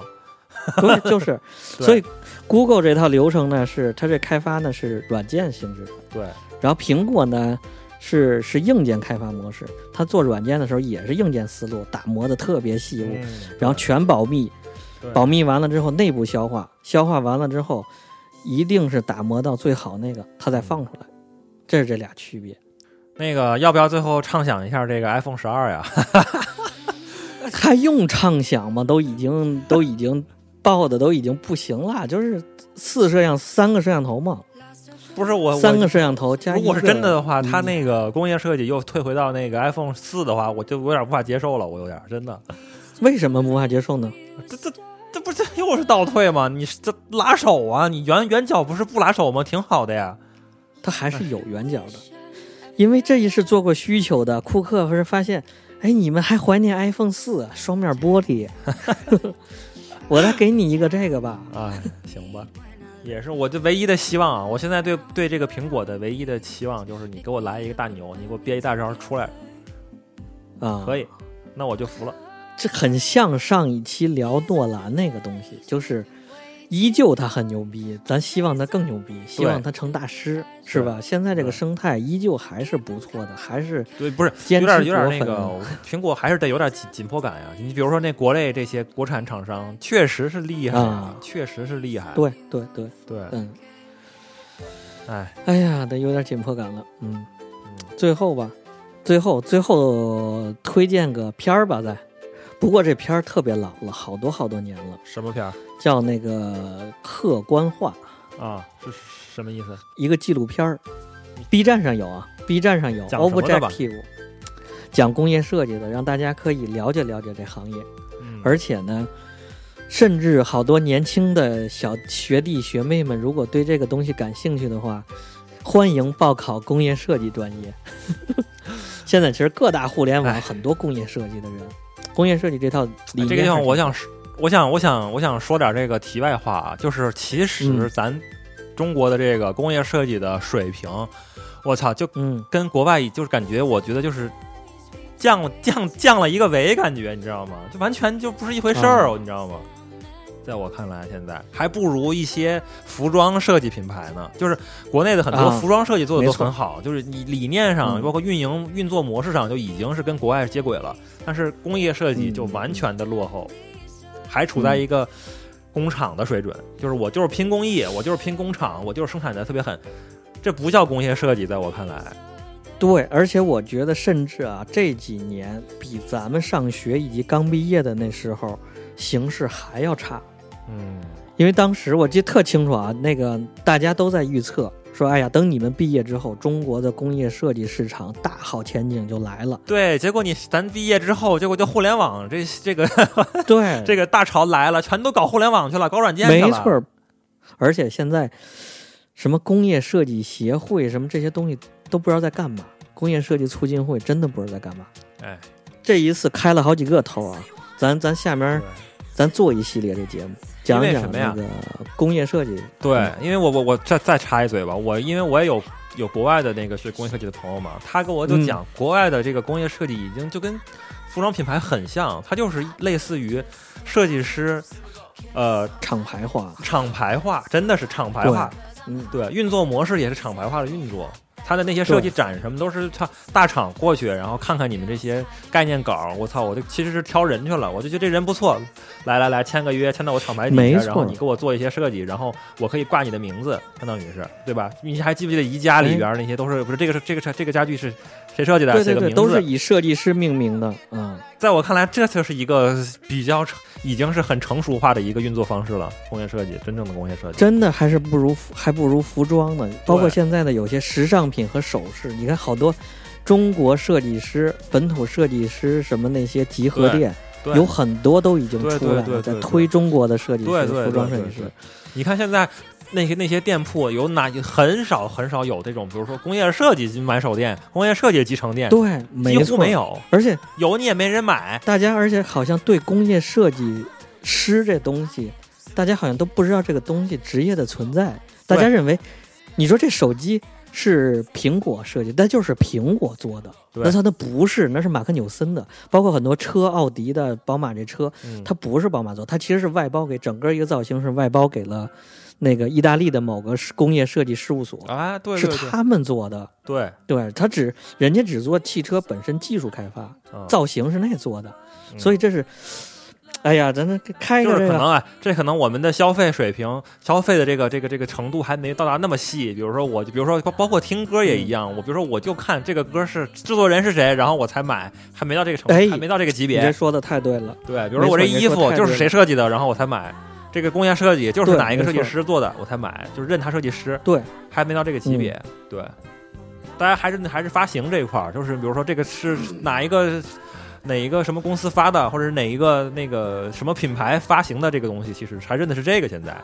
A: 对，就是，
B: 对
A: 所以 Google 这套流程呢，是它这开发呢是软件性质的，
B: 对
A: 然后苹果呢是是硬件开发模式，它做软件的时候也是硬件思路，打磨的特别细
B: 嗯
A: 入，然后全保密，
B: 对
A: 保密完了之后内部消化，消化完了之后，一定是打磨到最好那个，它再放出来，这是这俩区别。
B: 那个要不要最后畅想一下这个 iPhone 十二呀？
A: 还用畅想吗？都已经 都已经爆的都已经不行了，就是四摄像三个摄像头嘛，
B: 不是我
A: 三
B: 我
A: 个摄像头加一
B: 如
A: 个。
B: 果是真的的话，
A: 嗯
B: 它那个工业设计又退回到那个 iPhone 四的话，我就有点无法接受了，我有点真的，
A: 为什么无法接受呢？
B: 这这这不是 又是倒退吗？你是这拉手啊，你圆圆角不是不拉手吗？挺好的呀。
A: 它还是有圆角的，因为这一是做过需求的。库克啊 不是发现，哎，你们还怀念 iPhone 四双面玻璃，我再给你一个这个吧。
B: 啊，行吧，也是我这唯一的希望啊！我现在对对这个苹果的唯一的期望就是，你给我来一个大牛，你给我憋一大招出来，
A: 啊，
B: 可以，那我就服了。
A: 这很像上一期聊诺兰那个东西，就是依旧他很牛逼，咱希望他更牛逼，希望他成大师，是吧？现在这个生态依旧还是不错的，还是
B: 对，不是有
A: 坚持
B: 点有点那
A: 果
B: 个苹果还是得有点紧紧迫感呀、你比如说那国内这些国产厂商，确实是厉害，
A: 啊
B: 确实是厉害。
A: 对对对，
B: 对，
A: 嗯，
B: 哎，
A: 哎呀，得有点紧迫感了，嗯，
B: 嗯
A: 最后吧，最后最后推荐个片儿吧，再。不过这片儿特别老了，好多好多年了，
B: 什么片儿
A: 叫那个《客观化》，
B: 啊？是是什么意思？
A: 一个纪录片儿，B 站上有啊，B 站上有
B: 讲什么的吧
A: Objective，讲工业设计的，让大家可以了解了解这行业。
B: 嗯，
A: 而且呢，甚至好多年轻的小学弟学妹们，如果对这个东西感兴趣的话，欢迎报考工业设计专业。 现在其实各大互联
B: 哎
A: 网很多工业设计的人，工业设计这套理念是挺，
B: 这个地方我想说，我想，我想，我想说点这个题外话啊，就是其实
A: 嗯
B: 咱中国的这个工业设计的水平，我操，就
A: 嗯
B: 跟国外就是感觉，我觉得就是降降降了一个维，感觉你知道吗？就完全就不是一回事
A: 嗯
B: 儿、哦你知道吗？在我看来，现在还不如一些服装设计品牌呢。就是国内的很多
A: 啊
B: 服装设计做的都
A: 没错
B: 很好，就是你理念上，
A: 嗯
B: 包括运营、运作模式上，就已经是跟国外接轨了。但是工业设计
A: 嗯
B: 就完全的落后，还处在一个工厂的水准，就是我就是拼工艺，我就是拼工厂，我就是生产的特别狠，这不叫工业设计，在我看来。
A: 对，而且我觉得，甚至啊，这几年比咱们上学以及刚毕业的那时候形势还要差，
B: 嗯，
A: 因为当时我记得特清楚啊，那个大家都在预测说，哎呀，等你们毕业之后，中国的工业设计市场大好前景就来 了。
B: 对，结果你咱毕业之后，结果就互联网这 这个
A: 对，
B: 这个大潮来了，全都搞互联网去了，搞软件去了。
A: 没错，儿。而且现在什么工业设计协会什么这些东西都不知道在干嘛，工业设计促进会真的不知道在干嘛。
B: 哎，
A: 这一次开了好几个头啊，咱咱下面
B: 对
A: 咱做一系列这节目，讲
B: 因为
A: 讲
B: 什么呀
A: 那个工业设计。
B: 对，因为我我我再再插一嘴吧，我因为我也有有国外的那个学工业设计的朋友嘛，他跟我就讲，国外的这个工业设计已经就跟服装品牌很像，它就是类似于设计师，呃，
A: 厂牌化，
B: 厂牌化，真的是厂牌化，
A: 嗯，
B: 对，运作模式也是厂牌化的运作。它的那些设计展什么都是他大厂过去，然后看看你们这些概念稿。我操，我就其实是挑人去了，我就觉得这人不错，来来来，签个约，签到我厂牌底
A: 没
B: 下，
A: 错
B: 然后你给我做一些设计，然后我可以挂你的名字，相当于是对吧？你还记不记得宜家里边那些都是不是这个是这个是这个家具是谁设计的？
A: 哎对对
B: 啊写个
A: 对，
B: 名
A: 都
B: 字
A: 是。以设计师命名的，嗯。
B: 在我看来，这就是一个比较成已经是很成熟化的一个运作方式了。工业设计，真正的工业设计，
A: 真的还是不如服还不如服装呢。包括现在的有些时尚品和首饰，你看好多中国设计师、本土设计师什么那些集合店，
B: 对
A: 有很多都已经
B: 对
A: 出来
B: 对对
A: 了，在
B: 对
A: 推中国的设计师、
B: 对对
A: 服装设
B: 对
A: 计
B: 对
A: 师
B: 对。你看现在那些那些店铺有哪很少很少有这种，比如说工业设计买手店、工业设计集成店，
A: 对，没
B: 几乎
A: 错，
B: 没。有，
A: 而且
B: 有你也没人买。
A: 大家，而且好像对工业设计师这东西，大家好像都不知道这个东西职业的存在。大家认为，你说这手机是苹果设计，但就是苹果做的，
B: 对
A: 那它那不是，那是马克纽森的。包括很多车，奥迪的、宝马这车，
B: 嗯，
A: 它不是宝马做，它其实是外包给整个一个造型是外包给了那个意大利的某个工业设计事务所，
B: 啊，对
A: 是
B: 对对
A: 他们做的。
B: 对，
A: 对，它只人家只做汽车本身技术开发，
B: 嗯
A: 造型是那做的，
B: 嗯
A: 所以这是，哎呀，咱这开一
B: 就
A: 个
B: 是
A: 这
B: 可
A: 个，
B: 能啊，这可能我们的消费水平、消费的这个这个这个程度还没到达那么细。比如说我，就比如说包包括听歌也一
A: 嗯
B: 样，我比如说我就看这个歌是制作人是谁，然后我才买，还没到这个程度，
A: 哎
B: 还没到这个级
A: 你这
B: 别。
A: 说的太对了，
B: 对，比如说我这衣
A: 没错你这说
B: 服
A: 太
B: 就是谁设计的，然后我才买。这个工业设计就是
A: 对
B: 哪一个
A: 没
B: 设计
A: 错
B: 师做的，我才买，就是认他设计师。
A: 对，嗯
B: 还没到这个级别。对，大家还是还是发行这一块儿，就是比如说这个是哪一个哪一个什么公司发的，或者是哪一个那个什么品牌发行的这个东西，其实还认的是这个现在。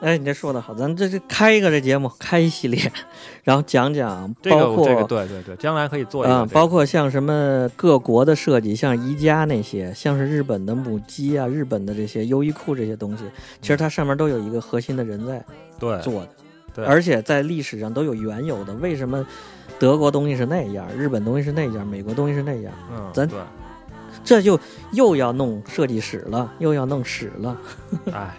A: 哎，你这说的好，咱这这开一个这节目，开一系列， 然后讲讲
B: 这
A: 包
B: 个
A: 括
B: 这个对对对，将来可以做一个
A: 啊、
B: 这个，
A: 包括像什么各国的设计，像宜家那些，像是日本的母鸡啊，日本的这些优衣库这些东西，其
B: 嗯
A: 实它上面都有一个核心的人在
B: 对
A: 做的，
B: 哎对
A: 而且在历史上都有缘由的。为什么德国东西是那样，日本东西是那样，美国东西是那样？
B: 嗯，
A: 咱
B: 对，
A: 这就又要弄设计史了，又要弄史了。
B: 哎，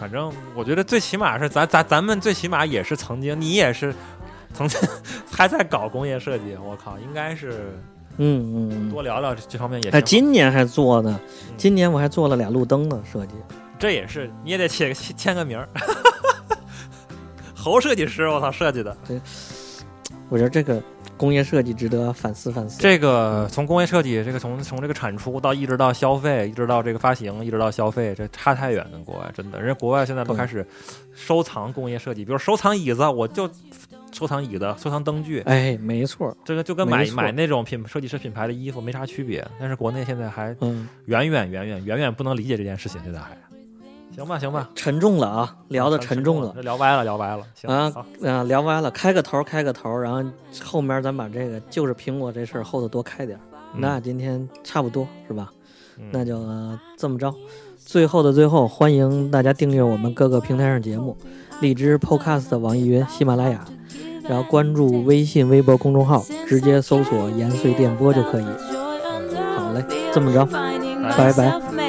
B: 反正我觉得最起码是咱咱咱们最起码也是曾经，你也是曾经 还在搞工业设计，我靠，应该是
A: 嗯嗯嗯。
B: 多聊聊这这方面也
A: 哎，
B: 挺好
A: 今年还做呢，
B: 嗯
A: 今年我还做了俩路灯的设计。
B: 这也是你也得写个签个名儿。 侯设计师，我操，设计的
A: 我觉得这个工业设计值得反思反思。
B: 这个从工业设计，这个从从这个产出到一直到消费，一直到这个发行，一直到消费，这差太远了。国外真的，人家国外现在都
A: 对
B: 开始收藏工业设计，比如收藏椅子，我就收藏椅子，收藏灯具，
A: 哎，没错儿，
B: 这个就跟买
A: 没错
B: 买那种品设计师品牌的衣服没啥区别。但是国内现在还
A: 嗯，
B: 远远远远远远不能理解这件事情，现在还行吧行吧，
A: 沉重了啊，聊的沉重了
B: 这聊歪了聊歪了，行
A: 啊
B: 好
A: 啊、聊完了，开个头，开个头，然后后面咱把这个就是苹果这事儿后头多开点儿。
B: 嗯
A: 那今天差不多是吧？
B: 嗯
A: 那就、呃这么着。最后的最后，欢迎大家订阅我们各个平台上节目，荔枝、Podcast、网易云、喜马拉雅，然后关注微信、微博公众号，直接搜索“延绥电波”就可以。好嘞，这么着，
B: 拜
A: 拜拜。
C: 拜。